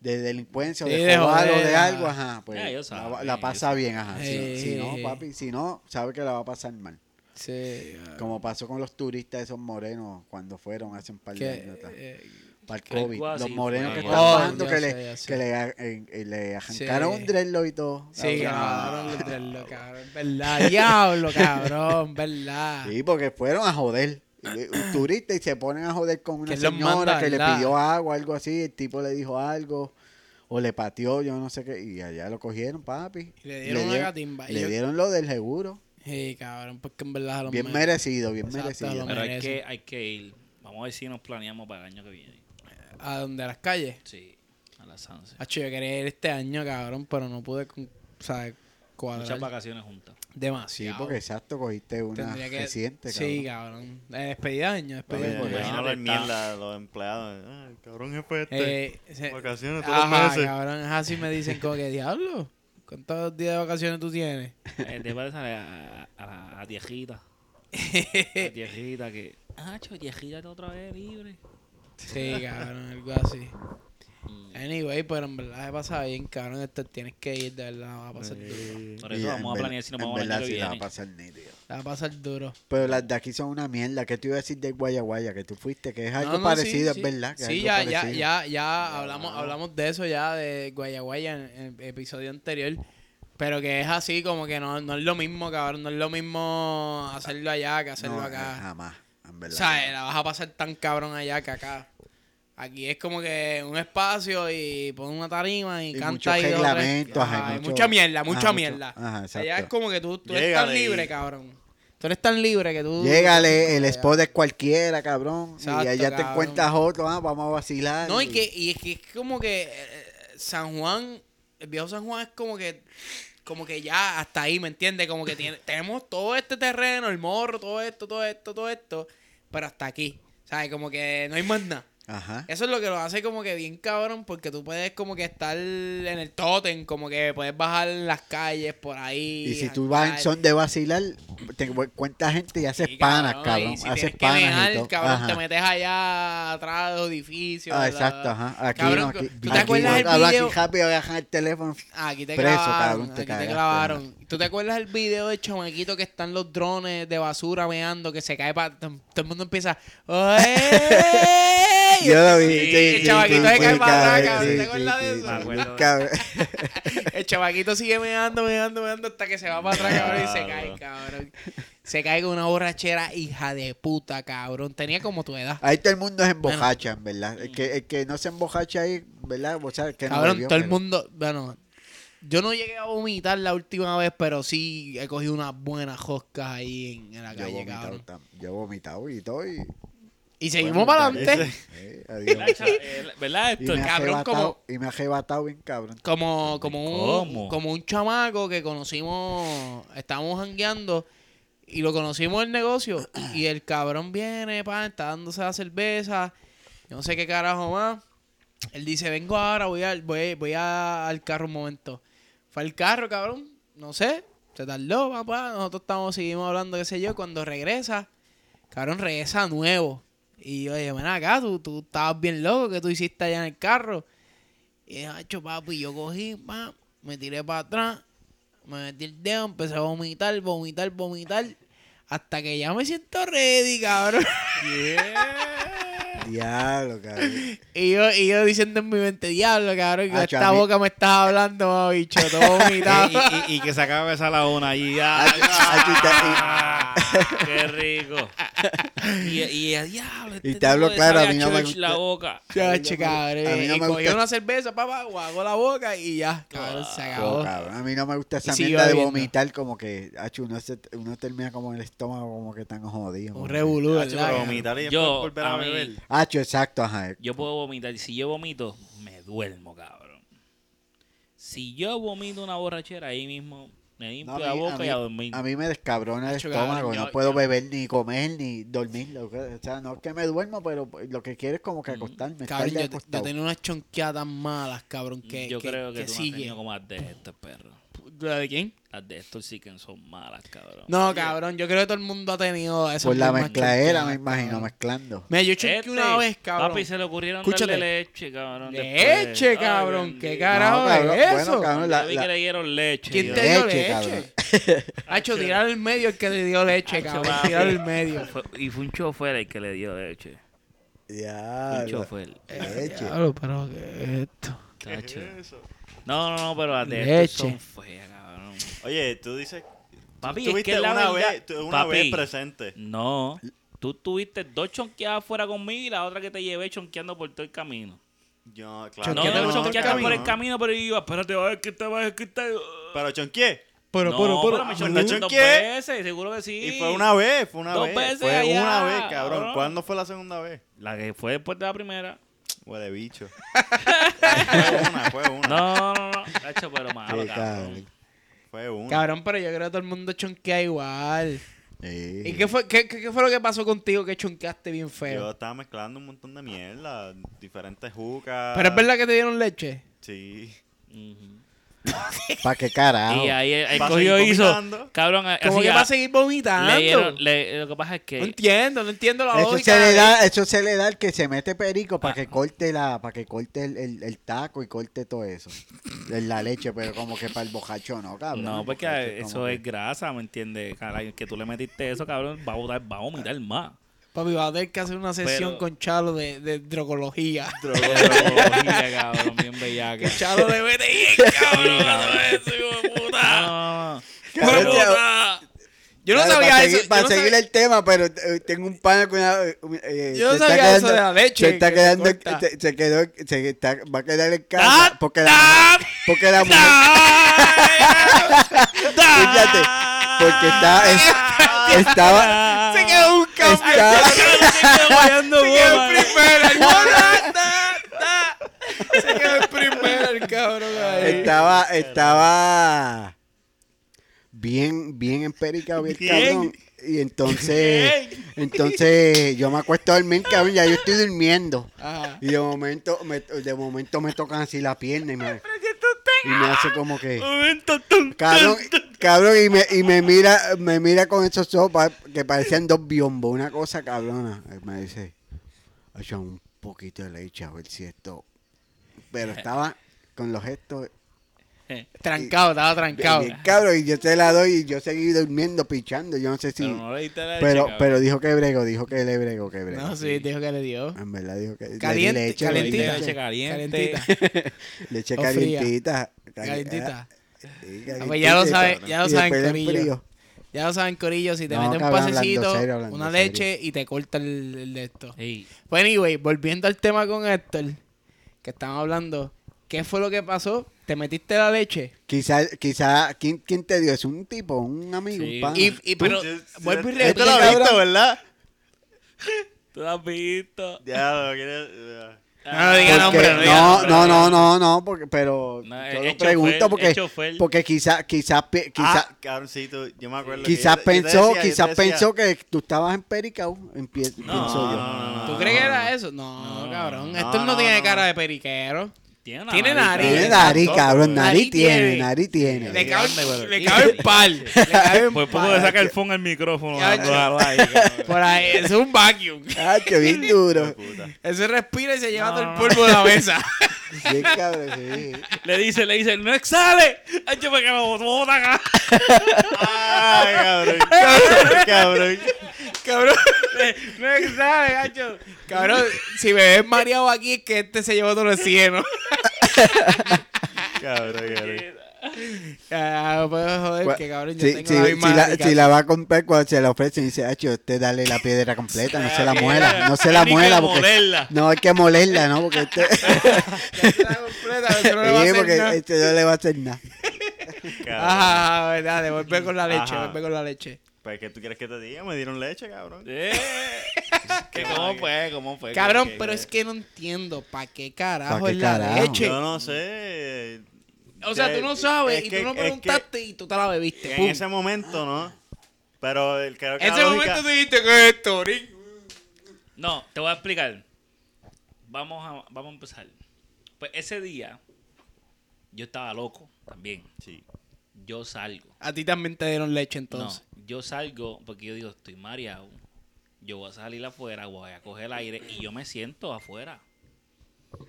Speaker 3: de delincuencia o
Speaker 1: Sí,
Speaker 3: de,
Speaker 1: de
Speaker 3: robar o
Speaker 1: joder,
Speaker 3: de
Speaker 1: ajá.
Speaker 3: algo, ajá, pues
Speaker 2: Ya, ellos
Speaker 3: la,
Speaker 2: saben,
Speaker 3: la pasa
Speaker 2: ellos
Speaker 3: bien, ajá. Si-
Speaker 1: Eh,
Speaker 3: si no,
Speaker 1: eh,
Speaker 3: papi, si no, sabe que la va a pasar mal.
Speaker 1: Sí. cabrón.
Speaker 3: Como pasó con los turistas esos morenos cuando fueron hace un par de
Speaker 1: Que,
Speaker 3: años atrás.
Speaker 1: eh,
Speaker 3: Para el
Speaker 2: Algo
Speaker 3: COVID.
Speaker 2: así
Speaker 3: Los morenos
Speaker 2: fue.
Speaker 3: que
Speaker 2: Oh,
Speaker 3: están bajando,
Speaker 1: ya
Speaker 3: que,
Speaker 1: sé, ya
Speaker 3: le,
Speaker 1: sé.
Speaker 3: que le, a- en- eh, le arrancaron
Speaker 1: Sí.
Speaker 3: un dreadlock y todo.
Speaker 1: sí,
Speaker 3: Cabrón.
Speaker 1: cabrón. Los dreadlocks, cabrón. Verdad. Diablo, cabrón. Verdad.
Speaker 3: Sí, porque fueron a joder. Y- Un turista y se ponen a joder con una
Speaker 1: Que los
Speaker 3: señora
Speaker 1: manda,
Speaker 3: que le
Speaker 1: ¿verdad?
Speaker 3: pidió agua, algo así. El tipo le dijo algo. O le pateó, yo no sé qué. Y allá lo cogieron, papi.
Speaker 1: Y le dieron una catimba. Y
Speaker 3: Le
Speaker 1: yo-
Speaker 3: dieron lo del seguro.
Speaker 1: Sí, cabrón. Porque en verdad. a los
Speaker 3: Bien
Speaker 1: men-
Speaker 3: merecido, bien
Speaker 1: Exacto,
Speaker 3: merecido.
Speaker 1: lo
Speaker 2: Pero hay
Speaker 1: merece.
Speaker 2: que, hay que ir. Vamos a ver si nos planeamos para el año que viene.
Speaker 1: ¿A dónde? ¿A las calles?
Speaker 2: Sí, a las 11.
Speaker 1: Hacho, yo quería ir este año, cabrón, pero no pude, con- o sea,
Speaker 2: Muchas
Speaker 1: cuadrar
Speaker 2: vacaciones juntas.
Speaker 3: Sí,
Speaker 1: demasiado.
Speaker 3: porque exacto, cogiste una
Speaker 1: Tendría que-
Speaker 3: reciente,
Speaker 1: Sí,
Speaker 3: cabrón. pues,
Speaker 1: cabrón. Eh, despedida de año, despedida de
Speaker 3: Oye,
Speaker 1: año.
Speaker 3: porque
Speaker 4: Imagínate
Speaker 2: ahora
Speaker 4: la
Speaker 2: está-
Speaker 4: mierda, los empleados. Ah, el cabrón jefe este.
Speaker 1: Eh, se-
Speaker 4: vacaciones todos los
Speaker 1: Ajá,
Speaker 4: meses.
Speaker 1: cabrón, es así me dicen como que, diablo, ¿cuántos días de vacaciones tú tienes?
Speaker 2: Eh, Te parece a, a, a, a Tiejita. A Tiejita que. Ah, cho, Tiejita está otra vez libre.
Speaker 1: Sí, cabrón, algo así.
Speaker 2: Y
Speaker 1: Anyway, pero en verdad se pasa bien, cabrón, esto tienes que ir, de verdad, va a pasar duro.
Speaker 2: Por eso
Speaker 3: Y
Speaker 2: vamos a
Speaker 3: en ver-
Speaker 2: planear si nos
Speaker 3: en
Speaker 2: vamos al año
Speaker 3: verdad
Speaker 2: que
Speaker 3: sí la va a
Speaker 2: viene.
Speaker 3: pasar nítido.
Speaker 1: La va a pasar duro.
Speaker 3: Pero las de aquí son una mierda. ¿Qué te iba a decir de Guayaguaya? Que tú fuiste, que es algo
Speaker 1: No, no, sí,
Speaker 3: parecido,
Speaker 1: sí.
Speaker 3: es verdad. que es
Speaker 1: Sí,
Speaker 3: algo
Speaker 1: ya, ya,
Speaker 3: parecido.
Speaker 1: ya, ya hablamos, hablamos de eso ya, de Guayaguaya en el episodio anterior. Pero que es así, como que no, no es lo mismo, cabrón. No es lo mismo hacerlo allá que hacerlo
Speaker 3: No, eh,
Speaker 1: acá.
Speaker 3: Jamás, en
Speaker 1: o
Speaker 3: verdad.
Speaker 1: sea, eh, la vas a pasar tan cabrón allá que acá. Aquí es como que un espacio y pon una tarima y,
Speaker 3: Y
Speaker 1: canta
Speaker 3: muchos
Speaker 1: y dos, tres.
Speaker 3: reglamentos,
Speaker 1: Ajá,
Speaker 3: hay
Speaker 1: y
Speaker 3: mucho-
Speaker 1: mucha mierda,
Speaker 3: ajá,
Speaker 1: mucha
Speaker 3: mucho-
Speaker 1: mierda.
Speaker 3: ajá,
Speaker 1: allá
Speaker 3: exacto.
Speaker 1: es como que tú, tú eres tan
Speaker 4: Llégale y-
Speaker 1: libre, cabrón. Tú eres tan libre que tú...
Speaker 3: Llégale, el
Speaker 1: Allá.
Speaker 3: spot es cualquiera, cabrón.
Speaker 1: Exacto,
Speaker 3: y allá te
Speaker 1: cabrón.
Speaker 3: encuentras otro, ah, vamos a vacilar.
Speaker 1: No, y que, y es que es como que eh, San Juan, el viejo San Juan es como que, como que ya hasta ahí, ¿me entiendes? Como que tiene, tenemos todo este terreno, el morro, todo esto, todo esto, todo esto, pero hasta aquí. ¿Sabes? Como que no hay más nada.
Speaker 3: Ajá.
Speaker 1: Eso es lo que lo hace como que bien cabrón, porque tú puedes como que estar en el tótem, como que puedes bajar en las calles por ahí.
Speaker 3: Y si tú vas en
Speaker 1: janguear.
Speaker 3: son de vacilar, te encuentras gente y haces
Speaker 1: Sí,
Speaker 3: panas,
Speaker 1: y
Speaker 3: cabrón.
Speaker 1: si
Speaker 3: haces
Speaker 1: tienes que
Speaker 3: panas
Speaker 1: mear,
Speaker 3: y todo.
Speaker 1: cabrón,
Speaker 3: Ajá.
Speaker 1: te metes allá atrás de los edificios.
Speaker 3: Ah,
Speaker 1: la-
Speaker 3: exacto, ajá. Aquí
Speaker 1: Cabrón,
Speaker 3: no, aquí.
Speaker 1: ¿tú te
Speaker 3: aquí
Speaker 1: acuerdas
Speaker 3: no,
Speaker 1: del
Speaker 3: hablo aquí
Speaker 1: video?
Speaker 3: rápido, voy a dejar el teléfono.
Speaker 1: Aquí te
Speaker 3: Preso,
Speaker 1: clavaron,
Speaker 3: cabrón, te
Speaker 1: aquí te
Speaker 3: cagaste,
Speaker 1: clavaron. ¿Tú te acuerdas el video de chamaquito que están los drones de basura meando que se cae para todo el mundo empieza ¡Ey!
Speaker 3: Yo lo vi.
Speaker 1: Sí,
Speaker 3: sí,
Speaker 1: el
Speaker 3: sí,
Speaker 1: chavaquito
Speaker 3: sí,
Speaker 1: se cae
Speaker 3: sí,
Speaker 1: para atrás, cabrón,
Speaker 3: cabrón, sí,
Speaker 1: ¿te
Speaker 3: sí,
Speaker 1: acuerdas
Speaker 3: sí,
Speaker 1: de
Speaker 3: sí,
Speaker 1: eso?
Speaker 2: Me acuerdo.
Speaker 3: cabrón.
Speaker 1: El chavaquito sigue meando, meando, meando hasta que se va para atrás, cabrón, y se cae,
Speaker 4: Diablo.
Speaker 1: cabrón. Se cae con una borrachera hija de puta, cabrón. Tenía como tu edad.
Speaker 3: Ahí todo el mundo es embojacha, en verdad. El que, el que no se embojacha ahí, ¿verdad? O sea, el que no
Speaker 1: Cabrón,
Speaker 3: bebió,
Speaker 1: todo el
Speaker 3: pero-
Speaker 1: mundo, bueno, yo no llegué a vomitar la última vez, pero sí he cogido unas buenas joscas ahí en, en la
Speaker 3: Yo he
Speaker 1: calle,
Speaker 3: vomitado,
Speaker 1: cabrón.
Speaker 3: tam- yo he vomitado y todo. Y,
Speaker 1: Y seguimos para adelante.
Speaker 3: Eh, adiós.
Speaker 2: Tacho, eh, ¿Verdad
Speaker 3: Y
Speaker 2: esto?
Speaker 3: me ha
Speaker 1: cabrón,
Speaker 3: arrebatado-
Speaker 1: como-
Speaker 3: y me ha arrebatado bien, cabrón.
Speaker 1: Como, como, un,
Speaker 2: ¿Cómo?
Speaker 1: como un chamaco que conocimos, estábamos jangueando y lo conocimos en el negocio. Y el cabrón viene, pa, está dándose la cerveza, yo no sé qué carajo más. Él dice, vengo ahora, voy, al, voy, voy a- al carro un momento. Fue al carro, cabrón, no sé, se tardó, papá. Nosotros estamos, seguimos hablando, qué sé yo. Cuando regresa, cabrón, regresa nuevo. Y yo dije, ven acá, tú, tú estabas bien loco, que tú hiciste allá en el carro? Y dije, "Acho, papi, yo cogí, pa, me tiré para atrás, me metí el dedo, empecé a vomitar, vomitar, vomitar. Hasta que ya me siento ready, cabrón.
Speaker 3: Diablo, cabrón.
Speaker 1: Y yo, y yo diciendo en mi mente, diablo, cabrón, que
Speaker 3: Acho,
Speaker 1: esta
Speaker 3: a mí-
Speaker 1: boca me estás hablando, mami, bicho, todo vomitado.
Speaker 2: Y, y- y que se acaba de besar la una allí. ah,
Speaker 3: Ay, ay, ay, ay, ay.
Speaker 2: Qué rico. Y, y a diablo. este
Speaker 3: Y te hablo
Speaker 2: tipo le
Speaker 3: claro,
Speaker 2: sabe
Speaker 3: a mí no me
Speaker 2: church la
Speaker 3: gusta.
Speaker 2: boca.
Speaker 1: Chacho,
Speaker 3: a mí no
Speaker 1: cabrón. Y
Speaker 3: me
Speaker 1: cogió
Speaker 3: gusta-
Speaker 1: una cerveza, papá, guagó la boca y ya. Cabrón, se acabó.
Speaker 3: Oh, cabrón, a mí no me gusta esa
Speaker 1: Y siguió
Speaker 3: mierda de
Speaker 1: bebiendo.
Speaker 3: vomitar como que, hacho, uno, se- uno termina como en el estómago como que tan jodido. como
Speaker 1: Un
Speaker 3: que-
Speaker 1: revolú,
Speaker 4: Hacho, pero
Speaker 1: ¿verdad?
Speaker 4: vomitar y después
Speaker 2: Yo,
Speaker 4: volver a
Speaker 2: a mí-
Speaker 4: beber.
Speaker 3: Hacho, exacto, ajá.
Speaker 2: Yo puedo vomitar. Si yo vomito, me duermo, cabrón. Si yo vomito una borrachera, ahí mismo me limpio
Speaker 3: No, a
Speaker 2: la
Speaker 3: mí-
Speaker 2: boca
Speaker 3: a mí-
Speaker 2: y a dormir.
Speaker 3: A mí me descabrona el
Speaker 1: Hacho,
Speaker 3: estómago,
Speaker 1: cabrón,
Speaker 3: no
Speaker 1: yo-
Speaker 3: puedo
Speaker 1: yo-
Speaker 3: beber ni comer ni dormir. lo que- o sea, no es que me duermo, pero lo que quiero es como que acostarme. estar
Speaker 1: Cabrón,
Speaker 3: ya
Speaker 1: Mm. yo, te- yo
Speaker 3: acostado.
Speaker 1: tenía unas chonqueadas tan malas, cabrón, que,
Speaker 2: yo
Speaker 1: que,
Speaker 2: creo que,
Speaker 1: que
Speaker 2: tú no has
Speaker 1: sigue.
Speaker 2: tenido como las de estos perros.
Speaker 1: ¿La de quién?
Speaker 2: Las de estos sí que son malas, cabrón.
Speaker 1: No, cabrón, yo creo que todo el mundo ha tenido eso.
Speaker 3: Por la mezclaera, me imagino, mezclando.
Speaker 1: Mira, yo
Speaker 2: Este,
Speaker 1: chonqué una vez, cabrón.
Speaker 2: Papi, se le ocurrieron
Speaker 1: Escúchate.
Speaker 2: darle leche, cabrón. después.
Speaker 1: Leche,
Speaker 2: Ay,
Speaker 1: cabrón,
Speaker 2: bendito.
Speaker 1: qué carajo
Speaker 3: No, cabrón,
Speaker 1: es
Speaker 3: bueno,
Speaker 1: eso.
Speaker 3: cabrón, la-
Speaker 2: Yo vi
Speaker 3: la-
Speaker 2: que le dieron leche.
Speaker 1: ¿Quién
Speaker 2: yo-
Speaker 1: te dio
Speaker 3: Leche,
Speaker 1: leche? Ha hecho tirar el medio el que le dio leche,
Speaker 2: Hacho,
Speaker 1: cabrón.
Speaker 2: papi.
Speaker 1: Tirar el medio.
Speaker 2: Fue- y fue un chofer el que le dio leche.
Speaker 3: Ya,
Speaker 1: Ah,
Speaker 2: un chofer.
Speaker 3: leche.
Speaker 1: Claro, pero que esto.
Speaker 2: Tacho. No, no, no, pero las de
Speaker 1: Leche.
Speaker 2: estos son feas, cabrón.
Speaker 4: Oye, tú dices.
Speaker 2: Papi, es que
Speaker 4: Tuviste
Speaker 2: es la
Speaker 4: una
Speaker 2: verdad.
Speaker 4: vez, tú- una
Speaker 2: Papi,
Speaker 4: vez presente.
Speaker 2: No. Tú tuviste dos chonqueadas fuera conmigo y la otra que te llevé chonqueando por todo el camino.
Speaker 4: Yo, claro.
Speaker 2: Ah, No,
Speaker 1: Chonqueando
Speaker 2: no,
Speaker 1: por todo el
Speaker 2: chonqueaste por el
Speaker 1: camino.
Speaker 2: camino, pero yo iba, espérate, a ver que te vas, que te...
Speaker 4: Pero chonqué.
Speaker 1: Pero,
Speaker 2: no,
Speaker 1: pero, pero.
Speaker 2: me
Speaker 4: ¿me
Speaker 2: chonqueaste dos
Speaker 4: chonqueé?
Speaker 2: veces, seguro que sí.
Speaker 4: Y fue una vez, fue una
Speaker 2: Dos
Speaker 4: vez.
Speaker 2: veces
Speaker 4: fue
Speaker 2: allá,
Speaker 4: una vez, cabrón.
Speaker 2: cabrón.
Speaker 4: ¿Cuándo fue la segunda vez?
Speaker 2: La que fue después de la primera.
Speaker 4: Huele bicho. fue una, fue una.
Speaker 2: No, no, no. Tacho, pero malo, cabrón.
Speaker 3: Sí, cabrón.
Speaker 4: Fue una.
Speaker 1: Cabrón, pero yo creo que todo el mundo chonquea igual.
Speaker 3: Sí.
Speaker 1: ¿Y qué fue, qué, qué- qué fue lo que pasó contigo que chonqueaste bien
Speaker 4: Yo
Speaker 1: feo?
Speaker 4: estaba mezclando un montón de mierda, diferentes jucas.
Speaker 1: Pero es verdad que te dieron leche.
Speaker 4: Sí.
Speaker 2: Ujú.
Speaker 3: ¿Para qué carajo?
Speaker 2: Y ahí el, el
Speaker 4: Va a
Speaker 2: cogido
Speaker 4: seguir
Speaker 2: hizo.
Speaker 4: vomitando.
Speaker 2: Cabrón, así
Speaker 1: Como que
Speaker 2: a-
Speaker 1: va a seguir vomitando.
Speaker 2: le dieron- le- Lo que pasa es que.
Speaker 1: No entiendo, no entiendo la
Speaker 3: Eso
Speaker 1: lógica.
Speaker 3: se, le
Speaker 1: de-
Speaker 3: da, eso se le da al que se mete perico para
Speaker 2: Ah.
Speaker 3: que corte la, para que corte el, el- el taco y corte todo eso. En la leche, pero como que para el bojacho no, cabrón.
Speaker 2: No,
Speaker 3: El
Speaker 2: porque
Speaker 3: bojacho como
Speaker 2: eso es grasa, ¿me entiendes? Caray, que tú le metiste eso, cabrón, va a botar, va a vomitar más.
Speaker 1: Papi, va a tener que hacer una sesión
Speaker 2: Pero-
Speaker 1: con Chalo de, de drocología.
Speaker 2: Drogolatría, cabrón, bien bellaca.
Speaker 1: Chalo le mete bien, cabrón. eso, hijo de puta.
Speaker 2: No, no,
Speaker 3: que-
Speaker 1: Hijo de
Speaker 3: Cabrón, ya-
Speaker 1: puta. Yo no
Speaker 3: Claro,
Speaker 1: sabía
Speaker 3: para
Speaker 1: eso.
Speaker 3: Seguir, para
Speaker 1: yo no
Speaker 3: seguir
Speaker 1: sabía-
Speaker 3: el tema, pero eh, tengo un pana con una. eh, eh,
Speaker 1: Yo no
Speaker 3: se está
Speaker 1: sabía eso de la leche
Speaker 3: Se está
Speaker 1: que
Speaker 3: quedando.
Speaker 1: corta.
Speaker 3: Se, se quedó. Se está- va a quedar en casa.
Speaker 1: ¡Ah!
Speaker 3: porque, la,
Speaker 1: ¡Ah!
Speaker 3: porque la mujer. Fíjate,
Speaker 1: ¡Ah!
Speaker 3: porque está. es- estaba.
Speaker 1: Se quedó un
Speaker 3: Está-
Speaker 1: cabrón.
Speaker 2: Está guayando
Speaker 1: Se quedó
Speaker 2: boba,
Speaker 3: ¿eh?
Speaker 1: en primera. el cabrón. Ta, ta. Se quedó en primera el cabrón ahí.
Speaker 3: Estaba. Estaba. Bien, bien empericado, bien
Speaker 2: Bien.
Speaker 3: cabrón. Y entonces. Entonces, yo me acuesto a dormir, cabrón. Ya yo estoy durmiendo.
Speaker 1: Ajá.
Speaker 3: Y de momento, me, de momento me tocan así la pierna y me, y me hace como que.
Speaker 2: Ah.
Speaker 3: Cabrón, cabrón y, me, y me mira me mira con esos ojos pa- que parecían dos biombos, una cosa cabrona. Y me dice, echa un poquito de leche a ver si esto. Pero estaba con los gestos.
Speaker 1: Trancado, estaba
Speaker 3: Bien,
Speaker 1: trancado.
Speaker 3: bien, cabrón, y yo te la doy y yo seguí durmiendo, pichando. Yo no sé si.
Speaker 2: Pero no le diste la
Speaker 3: Pero,
Speaker 2: leche,
Speaker 3: pero dijo que brego, dijo que le brego, que brego.
Speaker 1: No, sí, dijo que le dio.
Speaker 3: En verdad dijo que. le di
Speaker 1: Caliente,
Speaker 3: leche, le di
Speaker 2: cabrón. Le diste
Speaker 1: calentita.
Speaker 2: Leche
Speaker 1: Calentita.
Speaker 2: caliente.
Speaker 3: Leche, leche
Speaker 1: O fría.
Speaker 3: calientita. cali-
Speaker 1: Calentita.
Speaker 3: ah, sí,
Speaker 1: Ah, pues ya lo
Speaker 3: calientita.
Speaker 1: saben, ya lo
Speaker 3: Y
Speaker 1: saben,
Speaker 3: después en
Speaker 1: Corillo.
Speaker 3: frío.
Speaker 1: Ya lo saben, Corillo, si te
Speaker 3: No,
Speaker 1: meten un
Speaker 3: cabrón, hablando
Speaker 1: pasecito,
Speaker 3: serio, hablando
Speaker 1: una
Speaker 3: serio.
Speaker 1: leche y te corta el, el de esto.
Speaker 2: Ey,
Speaker 1: Bueno, Pues anyway, volviendo al tema con Héctor, que estamos hablando, ¿qué fue lo que pasó? ¿Te metiste la leche?
Speaker 3: Quizá, quizá, ¿quién, quién te dio? ¿Es un tipo, un amigo,
Speaker 2: Sí.
Speaker 3: un pana?
Speaker 1: Y, y- pero,
Speaker 4: Sí, sí,
Speaker 1: vuelvo y
Speaker 4: sí,
Speaker 1: repito,
Speaker 4: Esto lo
Speaker 3: cabrón.
Speaker 4: has visto, ¿verdad?
Speaker 2: tú la has visto.
Speaker 4: Ya, lo quieres.
Speaker 1: No, no diga
Speaker 3: Porque-
Speaker 1: nombre, no diga
Speaker 3: no,
Speaker 1: nombre.
Speaker 3: no, no, no, no, porque, pero
Speaker 2: No,
Speaker 3: yo
Speaker 2: el- el
Speaker 3: lo pregunto
Speaker 2: chofer, el
Speaker 3: porque,
Speaker 2: chofer.
Speaker 3: porque quizá, quizá, pe- quizá,
Speaker 4: Ah, cabroncito, yo me acuerdo.
Speaker 3: quizá
Speaker 4: que yo te- yo te
Speaker 3: pensó,
Speaker 4: decía, yo
Speaker 3: quizá
Speaker 4: te decía,
Speaker 3: pensó que tú estabas en Pericao, en pie- pienso yo.
Speaker 4: no,
Speaker 1: ¿Tú
Speaker 4: no,
Speaker 1: crees que
Speaker 4: no, no.
Speaker 1: era eso? No,
Speaker 2: No,
Speaker 1: cabrón,
Speaker 4: no,
Speaker 1: Héctor no,
Speaker 4: no,
Speaker 1: tiene
Speaker 4: no.
Speaker 1: cara de periquero.
Speaker 2: Tiene, una
Speaker 1: Tiene nariz.
Speaker 3: Tiene
Speaker 1: Exacto,
Speaker 3: nariz, cabrón, nariz,
Speaker 1: Nariz
Speaker 3: tiene,
Speaker 1: tiene.
Speaker 3: nariz tiene.
Speaker 1: Le cabe,
Speaker 2: grande, pero-
Speaker 1: le cabe el pal. Le cabe un
Speaker 2: Pues poco
Speaker 1: pal.
Speaker 2: le saca el phone al micrófono.
Speaker 1: Ya,
Speaker 2: dando la like, cabrón.
Speaker 1: Por ahí, eso es un vacuum.
Speaker 3: Ah, qué bien duro.
Speaker 4: Puta.
Speaker 1: Ese respira y se lleva
Speaker 2: No,
Speaker 1: todo el
Speaker 2: no,
Speaker 1: polvo de la mesa.
Speaker 3: Bien cabrón, sí.
Speaker 2: Le dice, le dice, no exhale. Ay, yo me quedo bota acá.
Speaker 4: Ay, cabrón. cabrón.
Speaker 1: Cabrón, no exhale, gacho. Cabrón, si me ves mareado aquí es que este se llevó todos los cielos.
Speaker 4: Cabrón, cabrón.
Speaker 1: Ah, puedo joder,
Speaker 3: Cua-
Speaker 1: que cabrón, yo
Speaker 3: Si,
Speaker 1: tengo
Speaker 3: si-
Speaker 1: la
Speaker 3: si
Speaker 1: misma
Speaker 3: la,
Speaker 1: cicatriz.
Speaker 3: si la va a comprar cuando se la ofrecen, dice, ah, usted dale la piedra completa, no se la
Speaker 2: Ah,
Speaker 3: muela, no se
Speaker 2: Hay
Speaker 3: la
Speaker 2: ni que
Speaker 3: muela, porque
Speaker 2: molerla.
Speaker 3: no hay que molerla, ¿no? Porque este,
Speaker 1: Ya está completa, eso no le va a
Speaker 3: Sí,
Speaker 1: hacer
Speaker 3: porque
Speaker 1: nada.
Speaker 3: este no le va a hacer nada.
Speaker 4: Cabrón.
Speaker 1: Ajá, ajá, verdad, devuelve con la leche,
Speaker 4: Ajá.
Speaker 1: devuelve con la leche.
Speaker 4: Pues, ¿qué tú quieres que te diga? Me dieron leche, cabrón.
Speaker 2: Eh, que ¿Cómo fue? ¿Cómo fue?
Speaker 1: Cabrón,
Speaker 2: ¿Cómo
Speaker 1: pero es que no entiendo, ¿para qué carajo
Speaker 3: ¿Pa' qué
Speaker 1: es la
Speaker 3: carajo?
Speaker 1: leche?
Speaker 4: Yo no sé.
Speaker 1: O sea,
Speaker 4: Ya,
Speaker 1: tú no sabes
Speaker 4: es
Speaker 1: y
Speaker 4: que-
Speaker 1: tú no
Speaker 4: es que
Speaker 1: preguntaste y tú te la bebiste.
Speaker 4: En
Speaker 1: pum.
Speaker 4: ese momento, ¿no? Pero el creo que
Speaker 1: En
Speaker 4: la
Speaker 1: ese
Speaker 4: lógica-
Speaker 1: momento tú dijiste que es esto, Rick?"
Speaker 2: No, te voy a explicar. Vamos a, vamos a empezar. Pues ese día, yo estaba loco también.
Speaker 4: Sí.
Speaker 2: Yo salgo.
Speaker 1: A ti también te dieron leche entonces.
Speaker 2: No, yo salgo porque yo digo, estoy mareado. Yo voy a salir afuera, voy a coger el aire y yo me siento afuera.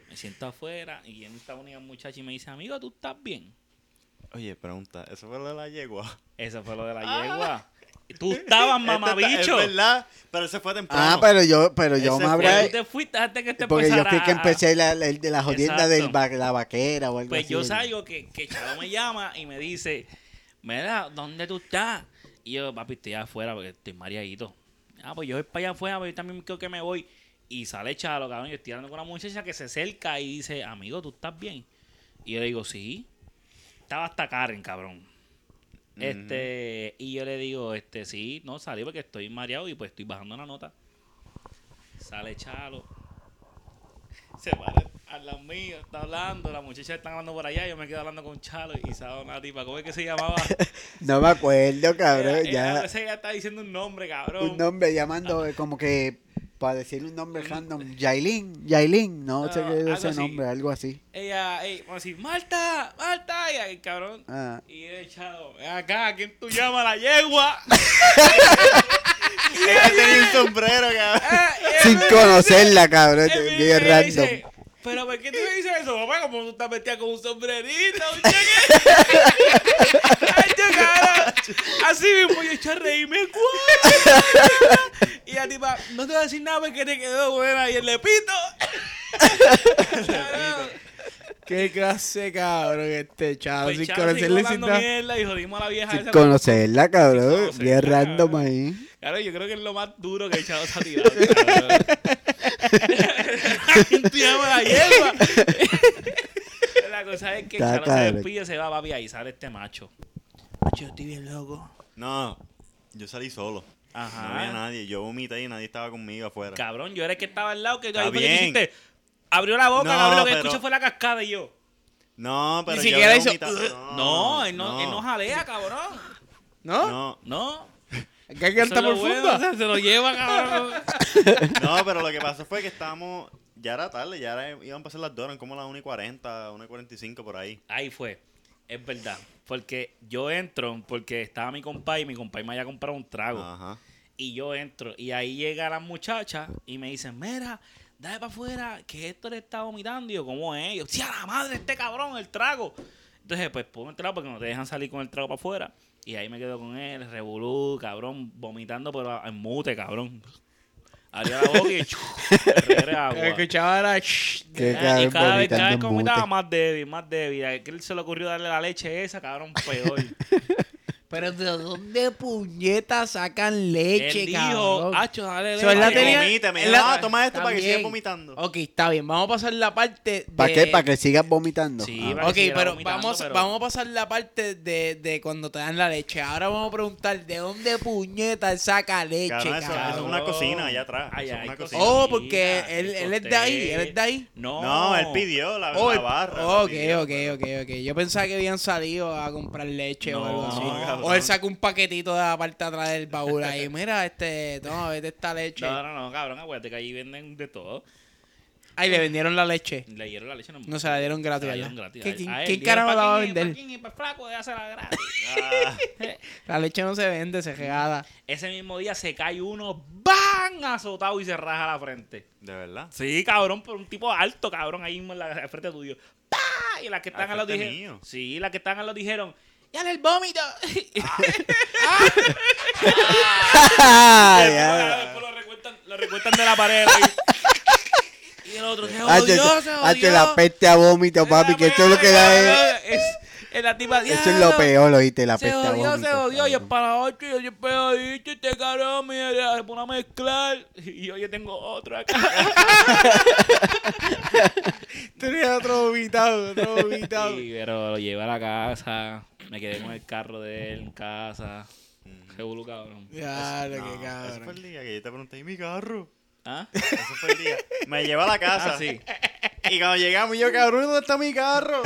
Speaker 2: Me siento afuera y viene esta única muchacha y me dice, amigo, ¿tú estás bien?
Speaker 4: Oye, pregunta, ¿eso fue lo de la yegua?
Speaker 2: Eso fue lo de la yegua. Tú estabas mamabicho.
Speaker 4: Ah. Esto está- Es verdad, pero ese fue temprano.
Speaker 3: Ah, pero yo, pero yo
Speaker 4: Ese
Speaker 3: me
Speaker 4: pero-
Speaker 2: Pero
Speaker 3: habrá.
Speaker 2: tú te fuiste hasta que te
Speaker 3: Porque yo fui
Speaker 2: empezara
Speaker 3: que
Speaker 2: a-
Speaker 3: empecé la, la, el de la jodienda
Speaker 2: Exacto.
Speaker 3: del va- la vaquera o algo
Speaker 2: Pues
Speaker 3: así.
Speaker 2: yo salgo que, que Chalo me llama y me dice, mira, ¿dónde tú estás? Y yo, papi, estoy afuera porque estoy mareadito. Ah, pues yo voy para allá afuera, pero yo también creo que me voy. Y sale Chalo, cabrón, yo estoy hablando con una muchacha que se acerca y dice, amigo, ¿tú estás bien? Y yo le digo, sí. Estaba hasta Karen, cabrón. Este, y yo le digo, este, sí, no salí porque estoy mareado y pues estoy bajando la nota. Sale Chalo. Se para al lado mío, está hablando, la muchacha está hablando por allá, yo me quedo hablando con Chalo y sabe una tipa, ¿cómo es que se llamaba?
Speaker 3: No me acuerdo, cabrón.
Speaker 2: Era- era- a
Speaker 3: ya.
Speaker 2: veces ella está diciendo un nombre, cabrón.
Speaker 3: Un nombre llamando, eh, como que para decir un nombre random. Yailin, Yailin, no,
Speaker 2: No,
Speaker 3: sé qué
Speaker 2: Ah,
Speaker 3: es
Speaker 2: algo
Speaker 3: ese
Speaker 2: así.
Speaker 3: nombre, algo así.
Speaker 2: Ella, ey, vamos a decir, Marta, Marta, y el cabrón.
Speaker 3: Ah.
Speaker 2: Y el Chalo, "Ven acá, ¿a ¿quién tú llamas la yegua?
Speaker 4: Ella tenía un sombrero, cabrón.
Speaker 2: Ah, y él
Speaker 3: Sin
Speaker 2: me
Speaker 3: conocerla,
Speaker 2: Él
Speaker 3: cabrón.
Speaker 2: viene
Speaker 3: Bien
Speaker 2: y me dice,
Speaker 3: random.
Speaker 2: Pero ¿por qué tú me dices eso, papá? Como tú estás vestida con un sombrerito, un chaquete. Ay, yo, cara. Así mismo yo eché a reírme. "Guau". Y la tipa, no te voy a decir nada porque te quedó buena. Y el lepito. Cabrón.
Speaker 1: Qué clase, cabrón, este chavo.
Speaker 2: Pues,
Speaker 1: sin
Speaker 2: chao, seguimos
Speaker 1: conocerle sin
Speaker 2: hablando
Speaker 1: nada.
Speaker 2: mierda y jodimos a la vieja
Speaker 3: Sin
Speaker 2: esa.
Speaker 3: conocerla, cabrón.
Speaker 2: Sin
Speaker 3: Bien
Speaker 2: conocerla,
Speaker 3: random
Speaker 2: cabrón.
Speaker 3: ahí.
Speaker 2: Claro, yo creo que es lo más duro que el chavo se ha tirado. cabrón. ¿Quién te llama la hierba? la cosa es que el
Speaker 3: Está
Speaker 2: chavo se
Speaker 3: cabrón.
Speaker 2: despide, se va, papi, ahí sale este macho. Macho, yo estoy bien loco.
Speaker 4: No, yo salí solo.
Speaker 2: Ajá.
Speaker 4: No había nadie. Yo vomité y nadie estaba conmigo afuera.
Speaker 2: Cabrón, yo era el que estaba al lado, que
Speaker 4: Está
Speaker 2: ahí fue que
Speaker 4: bien.
Speaker 2: hiciste. Abrió la boca,
Speaker 4: No,
Speaker 2: cabrón, lo que
Speaker 4: pero-
Speaker 2: escuché fue la cascada y yo.
Speaker 4: No, pero
Speaker 1: Ni
Speaker 4: yo
Speaker 1: siquiera
Speaker 4: había
Speaker 1: hizo,
Speaker 4: vomitado.
Speaker 2: No, él no, él no jalea, cabrón.
Speaker 1: ¿No?
Speaker 4: no,
Speaker 2: No.
Speaker 1: Que hay que
Speaker 2: Eso
Speaker 1: estar
Speaker 2: es lo bueno, o
Speaker 1: profunda.
Speaker 2: sea, se lo lleva, cabrón.
Speaker 4: no, pero lo que pasó fue que estábamos... Ya era tarde, ya era, iban a pasar las dos, eran como las 1 y 40, 1 y 45 por ahí.
Speaker 2: Ahí fue. Es verdad. Porque yo entro, porque estaba mi compa y mi compa me había comprado un trago.
Speaker 4: Ajá.
Speaker 2: Y yo entro. Y ahí llega la muchacha y me dicen, mira, dale para afuera, que esto le está vomitando. Y yo, ¿cómo es? Y yo, "Sí, a la madre, este cabrón, el trago. Entonces, pues pongo el trago porque no te dejan salir con el trago para afuera. Y ahí me quedo con él, revolú, cabrón, vomitando, pero en mute, cabrón. Abría la boca y chuf,
Speaker 1: Lo
Speaker 2: agua.
Speaker 1: que escuchaba era. "Shh".
Speaker 3: Que
Speaker 2: Ah,
Speaker 3: cabrón,
Speaker 2: y cada vez, cada vez
Speaker 3: vomitando
Speaker 2: que
Speaker 3: en
Speaker 2: vomitaba
Speaker 3: mute.
Speaker 2: más débil, más débil. A él se le ocurrió darle la leche esa, cabrón, peor.
Speaker 1: Pero ¿de dónde puñetas sacan leche,
Speaker 2: él dijo, "Ah,
Speaker 1: cabrón?
Speaker 2: "Acho, dale
Speaker 1: So, él la
Speaker 2: leche".
Speaker 4: Para que
Speaker 1: tenía-
Speaker 4: vomite, me
Speaker 1: él
Speaker 4: dijo,
Speaker 1: la-
Speaker 4: "Ah, toma esto
Speaker 1: está
Speaker 4: para que sigas
Speaker 1: bien.
Speaker 4: vomitando.
Speaker 1: Ok, está bien. Vamos a pasar la parte. De...
Speaker 3: ¿Para qué? ¿Para que sigas vomitando?
Speaker 2: Sí,
Speaker 3: Ah,
Speaker 2: para-
Speaker 1: Ok,
Speaker 2: que siguiera
Speaker 1: pero
Speaker 2: vomitando,
Speaker 1: vamos,
Speaker 2: pero-
Speaker 1: vamos a pasar la parte de, de cuando te dan la leche. Ahora vamos a preguntar de dónde puñetas saca leche,
Speaker 4: Cabrón, eso-
Speaker 1: cabrón.
Speaker 4: Ah, eso es una cocina allá atrás.
Speaker 2: Ay,
Speaker 4: Eso es
Speaker 2: ay,
Speaker 4: una
Speaker 2: cocina.
Speaker 4: cocina.
Speaker 1: Oh, porque
Speaker 2: Mira,
Speaker 1: él,
Speaker 2: qué
Speaker 1: él es de ahí,
Speaker 2: costé.
Speaker 1: él es de ahí.
Speaker 2: No,
Speaker 4: No, él pidió la,
Speaker 1: Oh,
Speaker 4: la
Speaker 1: el-
Speaker 4: barra.
Speaker 1: oh,
Speaker 4: la
Speaker 1: ok,
Speaker 4: pidió,
Speaker 1: ok,
Speaker 4: pero-
Speaker 1: ok, ok. Yo pensaba que habían salido a comprar leche o
Speaker 2: No,
Speaker 1: algo así.
Speaker 4: cabrón.
Speaker 1: O él saca un paquetito de la parte de atrás del baúl ahí. Mira, este, toma, vete esta leche.
Speaker 2: No, no, no, cabrón, acuérdate que allí venden de todo.
Speaker 1: Ay, le vendieron la leche.
Speaker 2: Le dieron la leche no,
Speaker 1: No se la dieron gratis.
Speaker 2: la
Speaker 1: ¿verdad?
Speaker 2: dieron gratis. Ah,
Speaker 1: ¿Qué-
Speaker 2: A
Speaker 1: ¿Quién,
Speaker 2: él
Speaker 1: quién
Speaker 2: dijeron,
Speaker 1: carajo la va a
Speaker 2: "Pa' quién,
Speaker 1: vender?
Speaker 2: pa' quién y pa' flaco, dásela gratis.
Speaker 4: Ah,
Speaker 1: La leche no se vende, se regala.
Speaker 2: Ese mismo día se cae uno, ¡bang! azotado y se raja la frente.
Speaker 4: de verdad.
Speaker 2: Sí, cabrón, por un tipo alto, cabrón, ahí mismo en la al frente tuyo. ¡Pa! Y las que están
Speaker 4: Al
Speaker 2: al lado
Speaker 4: frente
Speaker 2: dijeron.
Speaker 4: mío.
Speaker 2: Sí, las que están al lado dijeron. ¡Ya el vómito!
Speaker 3: Ah, ya.
Speaker 2: Después lo recuentan, lo recuentan de la pared. ahí. y el otro se
Speaker 3: Hacho,
Speaker 2: jodió, se
Speaker 3: hacho,
Speaker 2: jodió.
Speaker 3: la peste a vómito, papi, que esto es lo que da es...
Speaker 2: Es- En la tipa,
Speaker 3: Eso eh. es lo
Speaker 2: "Diablo,
Speaker 3: peor, oíste, la
Speaker 2: Se
Speaker 3: peste a
Speaker 2: jodió,
Speaker 3: vómito,
Speaker 2: se jodió. Y es
Speaker 3: cabrón.
Speaker 2: para ocho. Y yo, yo pero dicho, este cabrón, mira, se pone a mezclar. Y yo, yo tengo otro acá.
Speaker 1: Tenía otro vomitado, otro vomitado.
Speaker 2: Y, pero lo llevé a la casa. Me quedé con el carro de él en casa.
Speaker 3: Mm.
Speaker 2: Se cabrón.
Speaker 1: Ya, lo
Speaker 4: No,
Speaker 1: que
Speaker 4: Ese fue
Speaker 1: cabrón.
Speaker 4: el día que yo te pregunté, ¿y mi carro?
Speaker 2: ¿Ah?
Speaker 4: Ese fue el día. Me lleva a la casa.
Speaker 2: Ah, sí.
Speaker 4: Y cuando llegamos, yo, cabrón, ¿dónde está mi carro?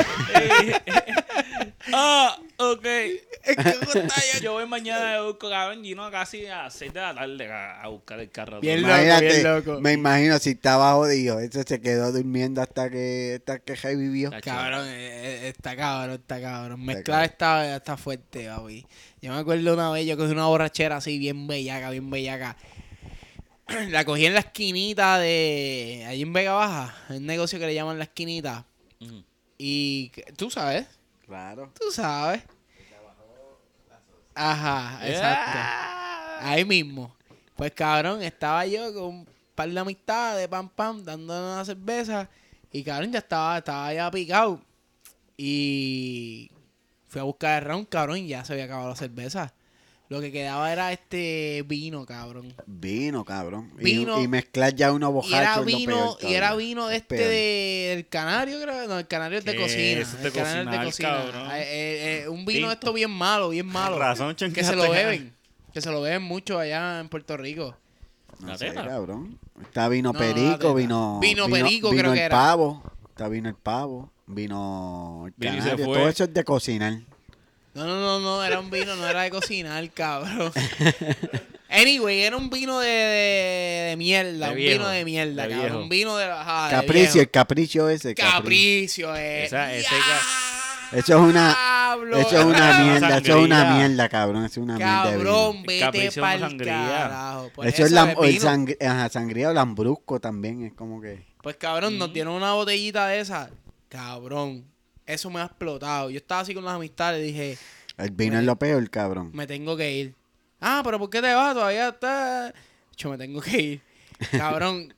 Speaker 2: Ah, ok.
Speaker 1: Es
Speaker 2: Yo voy mañana a buscar, cabrón. Gino casi a 6 de la tarde a, a buscar el carro.
Speaker 1: Bien
Speaker 2: Todo.
Speaker 1: loco, bien
Speaker 3: Imagínate,
Speaker 1: loco.
Speaker 3: me imagino si estaba jodido. Ese se quedó durmiendo hasta que hasta que revivió.
Speaker 2: Tacho.
Speaker 1: Cabrón, eh, eh, está cabrón, está cabrón.
Speaker 3: cabrón.
Speaker 1: Mezclar está, está fuerte, papi. Yo me acuerdo una vez, yo cogí una borrachera así, bien bellaca, bien bellaca. La cogí en la esquinita de. Allí en Vega Baja, el negocio que le llaman la esquinita.
Speaker 2: Ujú.
Speaker 1: Y que- tú sabes,
Speaker 3: Claro.
Speaker 1: tú sabes. Ajá, exacto. Ahí mismo. Pues cabrón, estaba yo con un par de amistades, pam pam, dándonos una cerveza. Y cabrón, ya estaba, estaba ya picado. Y fui a buscar el round, cabrón, y ya se había acabado la cerveza. Lo que quedaba era este vino, cabrón.
Speaker 3: Vino, cabrón. Y-
Speaker 1: Vino.
Speaker 3: Y, mezclar ya uno
Speaker 1: Y
Speaker 3: bojacho
Speaker 1: era
Speaker 3: es lo
Speaker 1: vino,
Speaker 3: peor,
Speaker 1: y era
Speaker 3: cabrón.
Speaker 1: vino de
Speaker 3: Es
Speaker 1: este
Speaker 3: peor.
Speaker 1: de- del canario, creo. No, el canario es de
Speaker 2: ¿Qué?
Speaker 1: cocina.
Speaker 2: Eso es de
Speaker 1: el canario es de
Speaker 2: cocinar,
Speaker 1: cocina.
Speaker 2: cabrón.
Speaker 1: Eh, eh, eh, un vino
Speaker 2: Tinto.
Speaker 1: de esto bien malo, bien malo.
Speaker 4: Razón,
Speaker 1: que se lo
Speaker 4: chancaste.
Speaker 1: beben. Que se lo beben mucho allá en Puerto Rico.
Speaker 3: No
Speaker 2: La
Speaker 3: sé,
Speaker 2: teta.
Speaker 3: cabrón. Está vino
Speaker 1: No, la teta.
Speaker 3: perico, vino.
Speaker 1: Vino perico,
Speaker 3: vino
Speaker 1: creo
Speaker 3: el
Speaker 1: que era.
Speaker 3: pavo. Está vino el pavo. Vino el
Speaker 2: Vino y se
Speaker 3: canario.
Speaker 2: fue.
Speaker 3: Todo eso es de cocinar.
Speaker 1: No, no, no, no, era un vino, no era de cocinar, cabrón. Anyway, era un vino de, de- de mierda,
Speaker 2: De
Speaker 1: un
Speaker 2: viejo,
Speaker 1: vino de mierda,
Speaker 2: de
Speaker 1: cabrón.
Speaker 2: viejo.
Speaker 1: Un vino de, ajá, de
Speaker 3: Capricio, el
Speaker 1: viejo.
Speaker 3: capricio ese.
Speaker 1: Capricio, eh.
Speaker 2: Esa- ese
Speaker 3: ca- Eso es una-
Speaker 1: Diablo,
Speaker 3: Eso es una
Speaker 2: Una
Speaker 3: mierda, eso es una
Speaker 2: sangría.
Speaker 3: mierda, cabrón. Eso es una mierda. de vino.
Speaker 1: Cabrón, vete
Speaker 2: Capricio
Speaker 1: pa'l
Speaker 2: sangría.
Speaker 1: carajo. Pues
Speaker 3: eso es
Speaker 1: eso
Speaker 3: lam-
Speaker 1: es
Speaker 3: o el
Speaker 1: vino.
Speaker 3: sangre- ajá, sangría o lambrusco también, es como que...
Speaker 1: Pues cabrón,
Speaker 2: Mm.
Speaker 1: nos dieron una botellita de esa. Cabrón, eso me ha explotado. Yo estaba así con las amistades, dije,
Speaker 3: El
Speaker 1: Pues,
Speaker 3: vino es lo peor, cabrón.
Speaker 1: me tengo que ir. Ah, pero ¿por qué te vas? Todavía está. Yo me tengo que ir. Cabrón.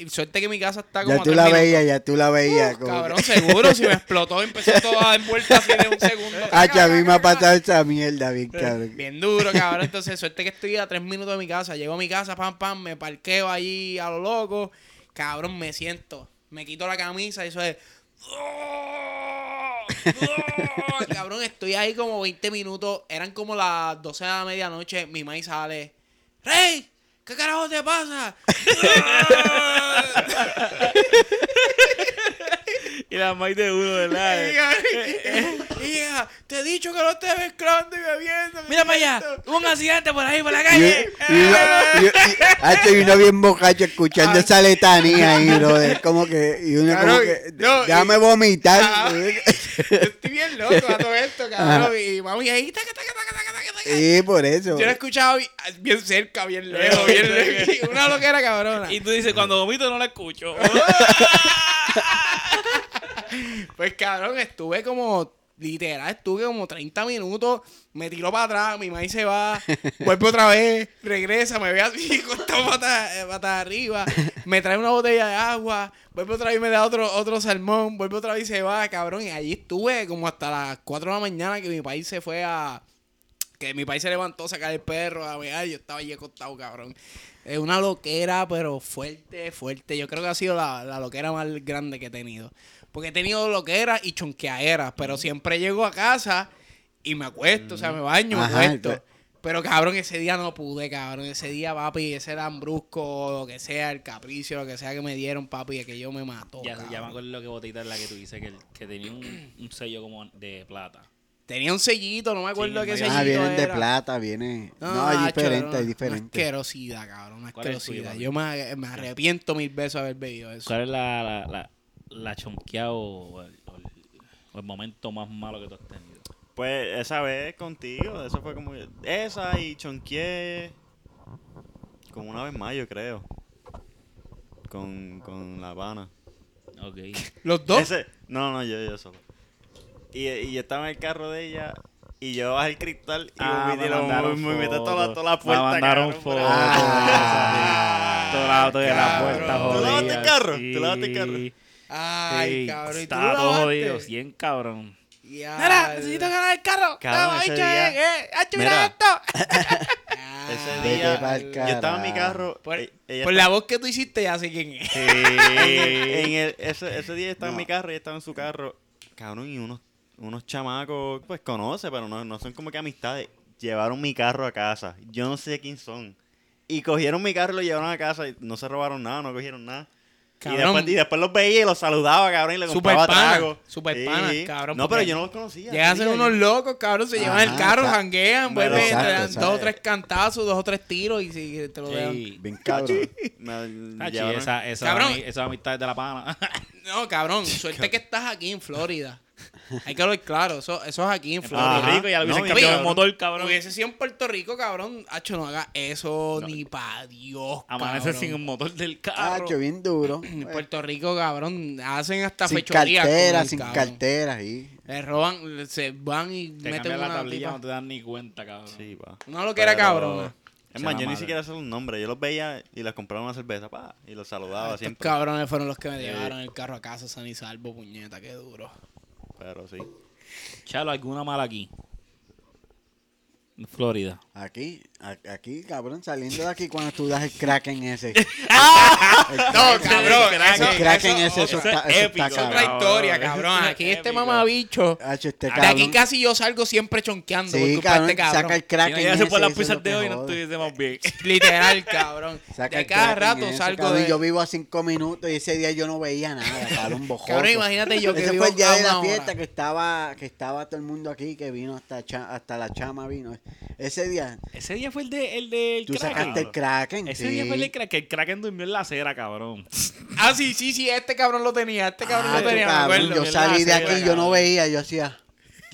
Speaker 1: y suerte que mi casa está como.
Speaker 3: Ya
Speaker 1: a
Speaker 3: tú
Speaker 1: tres
Speaker 3: la
Speaker 1: minutos.
Speaker 3: veías, ya tú la veías. como que-
Speaker 1: Cabrón, seguro. Si me explotó, empezó toda en vuelta así de un segundo. Eh,
Speaker 3: Ah, que a mí me ha pasado esa mierda, bien cabrón.
Speaker 1: Bien duro, cabrón. Entonces, suerte que estoy a tres minutos de mi casa. Llego a mi casa, pam, pam, me parqueo allí a lo loco. Cabrón, me siento. Me quito la camisa y eso es. cabrón, estoy ahí como 20 minutos. Eran como las 12 de la medianoche. Mi maíz sale. ¡Rey! ¿Qué carajo te pasa?
Speaker 2: Y la más de uno, ¿verdad?
Speaker 1: Y ella, te he dicho que no estés mezclando y bebiendo.
Speaker 2: Mira para allá, hubo un accidente por ahí, por la
Speaker 3: Y, y,
Speaker 1: eh,
Speaker 2: calle.
Speaker 3: y- y- hacho, y uno bien bocacho escuchando
Speaker 1: Ah.
Speaker 3: esa letanía ahí, brother. Como que, y uno como
Speaker 1: Cabrón,
Speaker 3: que,
Speaker 1: no, y-
Speaker 3: déjame vomitar.
Speaker 1: Ah. Estoy bien loco a todo esto, cabrón. Y mami ahí, taca, taca, taca, taca, taca, taca.
Speaker 3: Sí, por eso.
Speaker 1: Yo lo he escuchado bi- ah, bien cerca, bien lejos, bien lejos. Una loquera cabrona.
Speaker 2: Y tú dices, cuando vomito no la escucho.
Speaker 1: Pues cabrón, estuve como, literal, estuve como 30 minutos, me tiró para atrás, mi maíz se va, vuelvo otra vez, regresa, me ve así, cortado pata, eh, pata arriba, me trae una botella de agua, vuelvo otra vez y me da otro, otro salmón, vuelvo otra vez y se va, cabrón. Y allí estuve como hasta las 4 de la mañana que mi país se fue a... Que mi país se levantó a sacar el perro, a ver, yo estaba allí acostado, cabrón. Es una loquera, pero fuerte, fuerte. Yo creo que ha sido la, la loquera más grande que he tenido. Porque he tenido loqueras y chonqueaderas, pero siempre llego a casa y me acuesto, o sea, me baño, me
Speaker 3: Ajá,
Speaker 1: acuesto.
Speaker 3: pe-
Speaker 1: Pero cabrón, ese día no pude, cabrón. Ese día, papi, ese lambrusco, lo que sea, el capricio, lo que sea que me dieron, papi, que yo me mató.
Speaker 2: ya,
Speaker 1: cabrón.
Speaker 2: ya me acuerdo lo que botita es la que tú dices, que, el- que tenía un, un sello como de plata.
Speaker 1: Tenía un sellito, no me acuerdo
Speaker 2: Sí,
Speaker 1: qué
Speaker 2: me
Speaker 1: sellito.
Speaker 3: ah, vienen de
Speaker 1: era.
Speaker 3: plata, vienen... No,
Speaker 1: macho,
Speaker 3: es
Speaker 1: era
Speaker 3: diferente,
Speaker 1: una-
Speaker 3: es diferente.
Speaker 1: Una asquerosidad, cabrón, una
Speaker 2: ¿Cuál es el tuyo,
Speaker 1: asquerosidad.
Speaker 2: papi?
Speaker 1: Yo me, me arrepiento mil veces de haber bebido eso.
Speaker 2: ¿Cuál es la, la, la, la chonqueada o el, o el- o el momento más malo que tú has tenido?
Speaker 4: Pues esa vez contigo, eso fue como. que- Esa y chonqué. Como una vez más, yo creo. Con, con La Habana.
Speaker 2: Ok.
Speaker 1: Los dos.
Speaker 4: Ese- no, no, yo, yo solo. Y, y yo estaba en el carro de ella y yo bajé el cristal y
Speaker 2: Ah,
Speaker 4: me dieron
Speaker 2: mandaron
Speaker 4: muy, muy me
Speaker 2: fotos.
Speaker 4: toda la, toda la
Speaker 2: Me
Speaker 4: puerta.
Speaker 2: mandaron
Speaker 4: cabrón, por
Speaker 2: fotos.
Speaker 4: ahí.
Speaker 3: Ah,
Speaker 2: Todo la auto de la
Speaker 1: cabrón.
Speaker 2: puerta,
Speaker 4: ¿Tú
Speaker 2: jodida.
Speaker 4: lavaste el carro? ¿Tú lavaste el
Speaker 2: sí,
Speaker 4: carro?
Speaker 2: sí.
Speaker 1: Ay, cabrón. ¿y tú
Speaker 2: Estaba
Speaker 1: lo
Speaker 2: todo
Speaker 1: lavaste?
Speaker 2: jodido, bien cabrón.
Speaker 1: Mira, necesito ganar el carro.
Speaker 4: Cabrón,
Speaker 1: Dame,
Speaker 4: ese
Speaker 1: bicho,
Speaker 4: día-
Speaker 1: eh, eh, ¡Hacho,
Speaker 4: Mira.
Speaker 1: mira esto!
Speaker 4: Ese
Speaker 3: Vete
Speaker 4: día
Speaker 3: pa'l
Speaker 4: yo estaba en mi carro.
Speaker 1: Por,
Speaker 4: e- ella
Speaker 1: Ah, por
Speaker 4: estaba-
Speaker 1: la voz que tú hiciste, ya sé quién es.
Speaker 4: Sí, en el- ese, ese día estaba en
Speaker 3: No.
Speaker 4: mi carro, ella estaba en su carro. Cabrón, y unos, unos chamacos, pues conoce, pero no, no son como que amistades. Llevaron mi carro a casa. Yo no sé quién son. Y cogieron mi carro y lo llevaron a casa. y no se robaron nada, no cogieron nada. Y
Speaker 1: Cabrón.
Speaker 4: después, y después los veía y los saludaba, cabrón, y le
Speaker 1: Super
Speaker 4: compraba
Speaker 1: pana,
Speaker 4: trago.
Speaker 1: super pana, cabrón,
Speaker 4: No, pero
Speaker 1: porque
Speaker 4: yo no los conocía.
Speaker 1: Llegan a ser
Speaker 4: Sí,
Speaker 1: unos
Speaker 4: yo-
Speaker 1: locos, cabrón. Se
Speaker 3: Ajá,
Speaker 1: llevan el carro,
Speaker 3: exacto.
Speaker 1: janguean,
Speaker 4: Pero-
Speaker 1: vuelven, te
Speaker 3: Exacto,
Speaker 1: dan
Speaker 3: exacto.
Speaker 1: dos o tres cantazos, dos o tres tiros y si te lo dejan.
Speaker 2: Sí.
Speaker 3: Bien cabrón.
Speaker 4: Me-
Speaker 2: Tachi,
Speaker 4: llevaron-
Speaker 2: esa, esa,
Speaker 1: Cabrón.
Speaker 2: ami- esa amistad es de la pana.
Speaker 1: No, cabrón, suerte que estás aquí en Florida. Hay que hablar claro, eso, eso es aquí en
Speaker 4: Puerto
Speaker 1: Florida.
Speaker 4: Rico. ya lo hubiesen
Speaker 1: cambiado de
Speaker 2: motor, Ah, cabrón.
Speaker 1: Hubiese sido en Puerto Rico, cabrón. Hacho, no haga eso ni pa' Dios.
Speaker 2: Amanece
Speaker 1: cabrón.
Speaker 2: sin el motor
Speaker 1: Ah,
Speaker 2: del carro.
Speaker 3: Hacho, bien duro.
Speaker 1: En Puerto Rico, cabrón, hacen hasta
Speaker 3: sin
Speaker 1: fechorías. con
Speaker 3: cartera,
Speaker 1: el
Speaker 3: sin
Speaker 1: cabrón.
Speaker 3: cartera. ahí.
Speaker 1: Le roban, se van y
Speaker 2: te
Speaker 1: meten
Speaker 2: cambian la
Speaker 1: una
Speaker 2: tablilla, no
Speaker 1: tipa.
Speaker 2: te dan ni cuenta, cabrón.
Speaker 4: Sí, pa.
Speaker 1: No lo que era
Speaker 4: Pero-
Speaker 1: cabrón.
Speaker 4: Es más,
Speaker 2: Se la
Speaker 4: yo ni
Speaker 2: madre.
Speaker 4: siquiera sé los nombres. Yo los veía y les compraba una cerveza, pa, y los saludaba
Speaker 1: Estos
Speaker 4: siempre.
Speaker 1: cabrones fueron los que me
Speaker 4: Sí.
Speaker 1: llevaron el carro a casa san y salvo, puñeta, qué duro.
Speaker 4: Pero sí.
Speaker 2: Chalo, alguna mala aquí. En Florida.
Speaker 3: Aquí, a- aquí, cabrón, saliendo de aquí cuando tú das el Kraken ese.
Speaker 1: No, cabrón,
Speaker 3: El Kraken
Speaker 1: eso-
Speaker 3: ese, eso,
Speaker 2: eso
Speaker 3: está,
Speaker 2: es
Speaker 3: eso está
Speaker 2: épico,
Speaker 1: Es otra
Speaker 3: cabrón.
Speaker 1: historia,
Speaker 2: Cabrón,
Speaker 1: cabrón.
Speaker 2: eso es
Speaker 1: Aquí este
Speaker 2: épico.
Speaker 1: mamabicho.
Speaker 3: Hacho, este
Speaker 1: De aquí
Speaker 3: cabrón.
Speaker 1: casi yo salgo siempre chonqueando por
Speaker 3: Sí,
Speaker 1: tu parte,
Speaker 3: cabrón,
Speaker 1: este cabrón.
Speaker 3: saca el
Speaker 2: Si
Speaker 3: Kraken
Speaker 2: no
Speaker 3: ese.
Speaker 2: llegase por las
Speaker 3: eso es
Speaker 2: pizzas
Speaker 3: lo que
Speaker 2: de hoy, no
Speaker 3: jode.
Speaker 2: estuviese más bien.
Speaker 1: Literal, cabrón.
Speaker 3: Saca
Speaker 1: de
Speaker 3: el
Speaker 1: cada
Speaker 3: Kraken
Speaker 1: rato
Speaker 3: ese,
Speaker 1: salgo
Speaker 3: cabrón,
Speaker 1: de...
Speaker 3: y Yo vivo a cinco minutos y ese día yo no veía nada, cabrón, bojoso.
Speaker 1: Cabrón, imagínate yo que
Speaker 3: Ese
Speaker 1: vivo
Speaker 3: fue el día
Speaker 1: a
Speaker 3: de
Speaker 1: una
Speaker 3: la
Speaker 1: hora.
Speaker 3: fiesta que estaba, que estaba todo el mundo aquí, que vino hasta, cha- hasta la chama vino. Ese día,
Speaker 2: Ese día fue el de el del
Speaker 3: tú
Speaker 2: Kraken.
Speaker 3: sacaste el Kraken.
Speaker 2: Ese
Speaker 3: sí.
Speaker 2: día fue el del Kraken. El Kraken durmió en la acera, cabrón.
Speaker 1: Ah, sí, sí, sí, este cabrón lo tenía, este cabrón
Speaker 3: Ah,
Speaker 1: lo tenía,
Speaker 3: cabrón,
Speaker 1: me acuerdo.
Speaker 3: yo
Speaker 2: que
Speaker 3: salí
Speaker 2: él
Speaker 3: de
Speaker 2: la hacía,
Speaker 3: aquí, yo no
Speaker 2: cabrón.
Speaker 3: veía, yo hacía.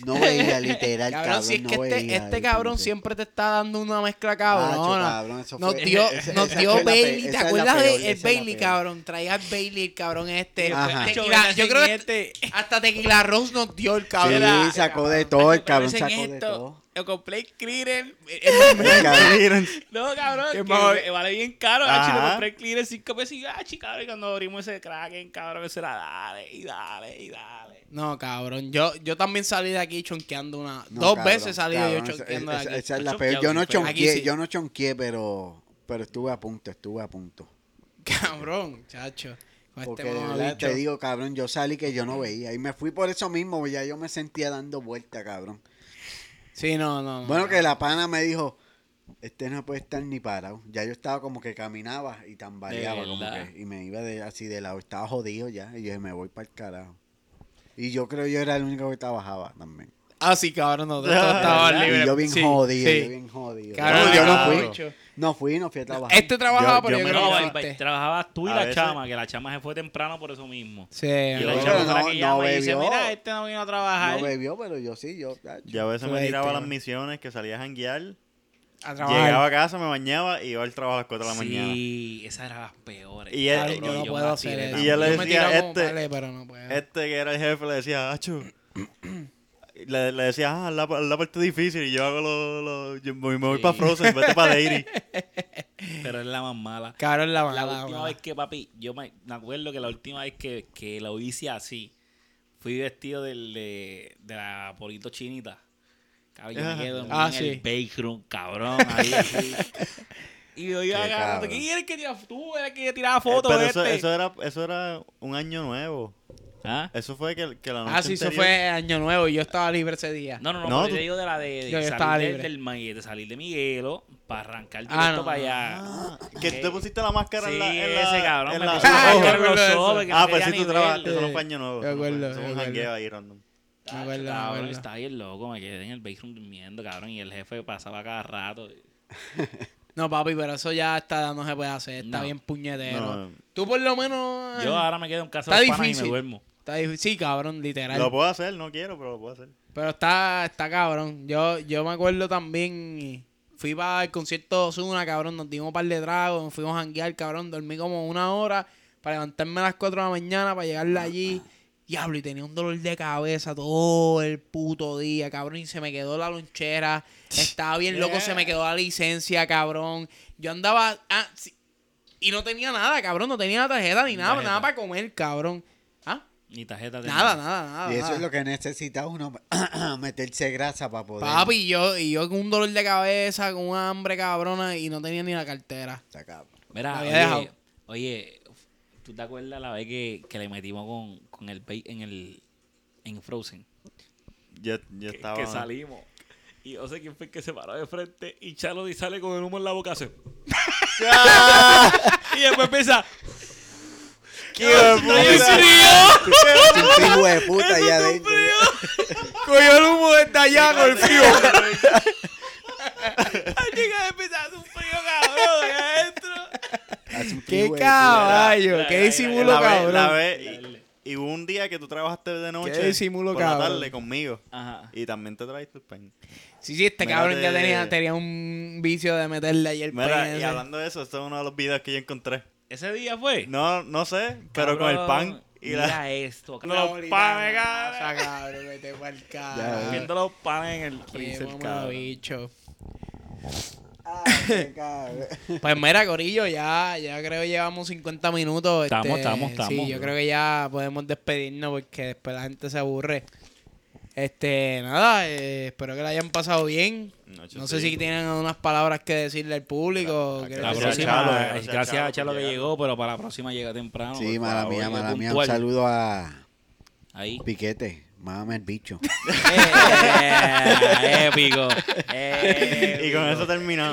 Speaker 3: No veía, literal,
Speaker 1: Cabrón,
Speaker 3: cabrón.
Speaker 1: si es que
Speaker 3: no
Speaker 1: este,
Speaker 3: veía,
Speaker 1: este
Speaker 3: y
Speaker 1: cabrón
Speaker 3: como que-
Speaker 1: siempre te está dando una mezcla
Speaker 3: Hacho,
Speaker 1: cabrona.
Speaker 3: cabrón, eso
Speaker 1: nos
Speaker 3: fue-
Speaker 1: dio,
Speaker 3: esa-
Speaker 1: nos
Speaker 3: esa
Speaker 1: dio
Speaker 3: fue la pe-
Speaker 1: Bailey,
Speaker 3: esa
Speaker 1: ¿te
Speaker 3: es la
Speaker 1: acuerdas
Speaker 3: peor,
Speaker 1: de
Speaker 3: esa
Speaker 1: el
Speaker 3: es la
Speaker 1: Bailey,
Speaker 3: peor.
Speaker 1: cabrón? Traía el Bailey, el cabrón este.
Speaker 3: Ajá.
Speaker 1: Tequila- yo creo que hasta Tequila Rose nos dio el cabrón.
Speaker 3: Sí, sacó de todo, Oh, el cabrón
Speaker 2: Pero
Speaker 3: sacó
Speaker 2: dicen
Speaker 3: de
Speaker 2: esto,
Speaker 3: todo.
Speaker 2: Lo compré en Cleaner.
Speaker 3: El cabrón-
Speaker 2: No, cabrón.
Speaker 1: Qué
Speaker 2: Que
Speaker 1: mal.
Speaker 2: me vale bien caro.
Speaker 4: Ajá.
Speaker 2: Achi, lo compré en Cleaner cinco pesos. Y achi, cabrón. Y cuando abrimos ese Kraken, cabrón, eso era dale y dale y dale.
Speaker 1: No, cabrón. Yo, yo también salí de aquí chonqueando una.
Speaker 3: No,
Speaker 1: dos
Speaker 3: cabrón,
Speaker 1: veces salí yo
Speaker 3: cabrón,
Speaker 1: chonqueando
Speaker 3: esa-
Speaker 1: de aquí.
Speaker 3: esa- esa es la
Speaker 2: Yo
Speaker 3: peor.
Speaker 2: chonqueaba
Speaker 3: Yo no
Speaker 2: diferente.
Speaker 1: Aquí
Speaker 3: chonqueé,
Speaker 1: sí.
Speaker 3: yo no chonqueé, pero, pero estuve a punto, estuve a punto.
Speaker 1: Cabrón, chacho. Con este
Speaker 3: Porque de
Speaker 1: mamabicho.
Speaker 3: verdad te digo, cabrón, yo salí que yo no veía. Y me fui por eso mismo, ya yo me sentía dando vuelta, cabrón.
Speaker 1: Sí, no, no. no.
Speaker 3: Bueno, que la pana me dijo, este no puede estar ni parado. Ya yo estaba como que caminaba y tambaleaba,
Speaker 2: De
Speaker 3: como
Speaker 2: verdad.
Speaker 3: que, y me iba de, así de lado. Estaba jodido ya, y yo dije, me voy para el carajo. Y yo creo yo era el único que trabajaba también.
Speaker 1: Ah, sí, cabrón. Nosotros estábamos
Speaker 2: ¿Verdad?
Speaker 1: libres.
Speaker 3: Y yo bien
Speaker 1: Ah, Sí,
Speaker 3: jodido,
Speaker 1: sí.
Speaker 3: yo bien jodido.
Speaker 1: Cabrón,
Speaker 3: no, yo no fui.
Speaker 1: cabrón.
Speaker 3: No fui, no fui a trabajar.
Speaker 1: Este trabajaba,
Speaker 4: Yo-
Speaker 1: pero
Speaker 4: yo
Speaker 1: yo,
Speaker 4: me
Speaker 1: creo
Speaker 4: lo-
Speaker 1: que
Speaker 2: No,
Speaker 1: fuiste.
Speaker 2: trabajabas tú y
Speaker 4: A
Speaker 2: la
Speaker 4: veces-
Speaker 2: chama, que la chama se fue temprano por eso mismo.
Speaker 1: Sí.
Speaker 2: Y la
Speaker 3: Yo-
Speaker 2: chama fue
Speaker 3: no,
Speaker 2: la que
Speaker 3: no
Speaker 2: llama y dice,
Speaker 3: bebió.
Speaker 2: mira, este no vino a trabajar.
Speaker 3: No bebió, pero yo sí, yo.
Speaker 4: Yo a veces
Speaker 1: Tú
Speaker 4: me
Speaker 1: ahí,
Speaker 4: tiraba a las
Speaker 1: cabrón.
Speaker 4: misiones que salía a janguear.
Speaker 1: A trabajar.
Speaker 4: Llegaba a casa, me bañaba y iba al trabajo a las 4 de la mañana.
Speaker 2: Sí, esas eran las peores.
Speaker 4: Y él-
Speaker 1: Cabrón,
Speaker 4: eh,
Speaker 1: yo no
Speaker 4: yo
Speaker 1: puedo hacer eso.
Speaker 4: Y yo
Speaker 1: me
Speaker 4: le decía,
Speaker 1: tiro como
Speaker 4: este-
Speaker 1: palé, pero no puedo.
Speaker 4: Este que era el jefe le decía, Acho. Le, le decía, ah, la, la parte difícil y yo hago lo. lo- yo me me voy
Speaker 2: Sí.
Speaker 4: para Frozen, vete para Lady.
Speaker 2: Pero es la más mala.
Speaker 1: Cabrón, la
Speaker 2: La
Speaker 1: mala.
Speaker 2: última vez que, papi, yo me, me acuerdo que la última vez que, que lo hice así, fui vestido del, de, de la polito chinita. Cabrón, yo
Speaker 4: Ajá.
Speaker 2: me quedé dormido
Speaker 1: Ah,
Speaker 2: en
Speaker 1: sí.
Speaker 2: el bake room, cabrón, ahí así. Y yo iba
Speaker 3: Qué
Speaker 2: agarrando,
Speaker 3: cabrón.
Speaker 2: ¿quién era el que tiraba? Tú eres el que tiraba
Speaker 4: Eh,
Speaker 2: fotos
Speaker 4: Pero
Speaker 2: de
Speaker 4: eso,
Speaker 2: este.
Speaker 4: eso, era, eso era un año nuevo.
Speaker 2: ¿Ah?
Speaker 4: Eso fue que, que la noche.
Speaker 1: Ah, sí, eso
Speaker 4: anterior-
Speaker 1: fue año nuevo y yo estaba libre ese día.
Speaker 2: No, no, no,
Speaker 4: No,
Speaker 2: pero
Speaker 4: tú-
Speaker 2: yo digo de la de, de
Speaker 1: Yo- yo estaba
Speaker 2: salir del,
Speaker 1: libre.
Speaker 2: del maíz, de salir de Miguelo para arrancar directo
Speaker 1: Ah, no,
Speaker 2: para
Speaker 1: no.
Speaker 2: allá.
Speaker 4: Ah, que tú
Speaker 2: Ok.
Speaker 4: te pusiste la máscara en la.
Speaker 2: Sí,
Speaker 4: en la-
Speaker 2: ese cabrón
Speaker 4: en
Speaker 2: me
Speaker 4: la-
Speaker 2: puso
Speaker 4: en la-
Speaker 1: Ah,
Speaker 2: la
Speaker 1: yo me
Speaker 2: en los
Speaker 1: acuerdo de
Speaker 2: ojos,
Speaker 1: eso.
Speaker 2: que
Speaker 4: Ah,
Speaker 2: no tenía
Speaker 4: pues sí, tú
Speaker 2: nivel.
Speaker 4: trabajaste, eso
Speaker 1: Eh,
Speaker 4: no fue año nuevo.
Speaker 1: me
Speaker 4: eso no fue-
Speaker 1: acuerdo, me
Speaker 4: eso fue un
Speaker 1: acuerdo.
Speaker 4: jangueo ahí random.
Speaker 1: Me acuerdo, me
Speaker 2: Cabrón,
Speaker 1: acuerdo.
Speaker 2: estaba bien loco, me quedé en el break room durmiendo, cabrón, y el jefe pasaba cada rato.
Speaker 1: No, papi, pero eso ya está, no se puede hacer. Está
Speaker 2: No.
Speaker 1: bien puñetero.
Speaker 4: No.
Speaker 1: Tú por lo
Speaker 4: Ah.
Speaker 1: menos...
Speaker 2: Yo ahora me quedo en casa
Speaker 1: Está
Speaker 2: de los panas y me
Speaker 1: difícil.
Speaker 2: duermo.
Speaker 1: Está difícil. Sí, cabrón, literal.
Speaker 4: Lo puedo hacer, no quiero, pero lo puedo hacer.
Speaker 1: Pero está, está cabrón. Yo, yo me acuerdo también. Fui para el concierto de Ozuna, cabrón. Nos dimos un par de tragos, nos fuimos a janguear, cabrón. Dormí como una hora para levantarme a las 4 de la mañana para llegarle allí. Diablo, y tenía un dolor de cabeza todo el puto día, cabrón. Y se me quedó la lonchera. Estaba bien loco, se me quedó la licencia, cabrón. Yo andaba. ah, sí, y no tenía nada, cabrón. No tenía la tarjeta ni nada,
Speaker 2: Tarjeta.
Speaker 1: nada para comer, cabrón. ¿Ah?
Speaker 2: Ni tarjeta de
Speaker 1: Nada, nada, nada.
Speaker 3: Y eso
Speaker 1: nada.
Speaker 3: es lo que necesita uno, meterse grasa para poder
Speaker 1: Papi, y yo, y yo con un dolor de cabeza, con un hambre cabrona y no tenía ni la cartera.
Speaker 3: sacar.
Speaker 1: Lo
Speaker 2: Mira,
Speaker 1: había
Speaker 2: oye,
Speaker 1: dejado.
Speaker 2: oye, ¿tú te acuerdas la vez que, que le metimos con, con el bait en el en Frozen?
Speaker 4: Yo, yo
Speaker 5: que,
Speaker 4: estaba.
Speaker 5: que salimos. Y no sé quién fue el que se paró de frente y Charlo y sale con el humo en la boca. Hace... y después empieza.
Speaker 4: ¡Qué puta!
Speaker 3: Un hijo de puta allá adentro.
Speaker 1: Cogió el humo desde allá con el frío.
Speaker 5: ¡Ay, chica, empieza a hacer un frío cabrón de adentro!
Speaker 3: Hace un
Speaker 1: ¡Qué
Speaker 3: hijo de puta.
Speaker 1: caballo!
Speaker 2: Mira,
Speaker 1: ¡Qué
Speaker 2: mira,
Speaker 1: disimulo,
Speaker 4: La ve-
Speaker 1: cabrón!
Speaker 4: la ve- y, y hubo un día que tú trabajaste de noche.
Speaker 1: Qué disimulo,
Speaker 4: por la
Speaker 1: cabrón.
Speaker 4: tarde conmigo.
Speaker 2: Ajá.
Speaker 4: Y también te traíste el pen.
Speaker 1: Sí, sí, este
Speaker 4: Mira,
Speaker 1: cabrón ya
Speaker 4: te-
Speaker 1: tenía, tenía un vicio de meterle ahí el
Speaker 4: Mira,
Speaker 1: pene.
Speaker 4: y hablando de eso, esto es uno de los videos que yo encontré.
Speaker 2: ¿Ese día fue?
Speaker 4: No, no sé, pero con el
Speaker 2: Cabrón,
Speaker 4: pan y
Speaker 2: mira
Speaker 4: la...
Speaker 2: esto.
Speaker 5: Los
Speaker 2: cabrón.
Speaker 1: Cabrón,
Speaker 5: panes,
Speaker 1: nada,
Speaker 5: cabrón.
Speaker 1: cabrón, vete pa'l
Speaker 3: Ya,
Speaker 1: carajo.
Speaker 3: ya.
Speaker 5: Viendo los panes en el
Speaker 1: Qué
Speaker 5: freezer,
Speaker 1: mamá
Speaker 5: cabrón.
Speaker 1: bicho.
Speaker 3: Ay, Ah, qué cabrón.
Speaker 1: Pues mira, Corillo, ya, ya creo que llevamos 50 minutos.
Speaker 2: Estamos,
Speaker 1: este,
Speaker 2: estamos,
Speaker 1: Sí,
Speaker 2: estamos.
Speaker 1: yo creo que ya podemos despedirnos porque después la gente se aburre. Este, nada, eh, espero que la hayan pasado bien.
Speaker 4: Noche
Speaker 1: No sé
Speaker 4: sí.
Speaker 1: si tienen unas palabras que decirle al público.
Speaker 4: Gra-
Speaker 1: ¿Quieres
Speaker 2: La
Speaker 4: Gracias,
Speaker 1: decir
Speaker 2: próxima,
Speaker 4: Chalo,
Speaker 2: gracias,
Speaker 4: gracias, Chalo,
Speaker 2: a Chalo
Speaker 4: por
Speaker 2: que
Speaker 4: llegar.
Speaker 2: llegó, pero para la próxima llega temprano.
Speaker 3: Sí,
Speaker 2: por
Speaker 3: mala
Speaker 2: favor,
Speaker 3: mía,
Speaker 2: y
Speaker 3: mala mía. Un
Speaker 2: puntual.
Speaker 3: saludo a
Speaker 2: Ahí.
Speaker 3: Piquete. Mame el bicho.
Speaker 1: eh,
Speaker 2: Eh, épico.
Speaker 4: Y con eso terminamos.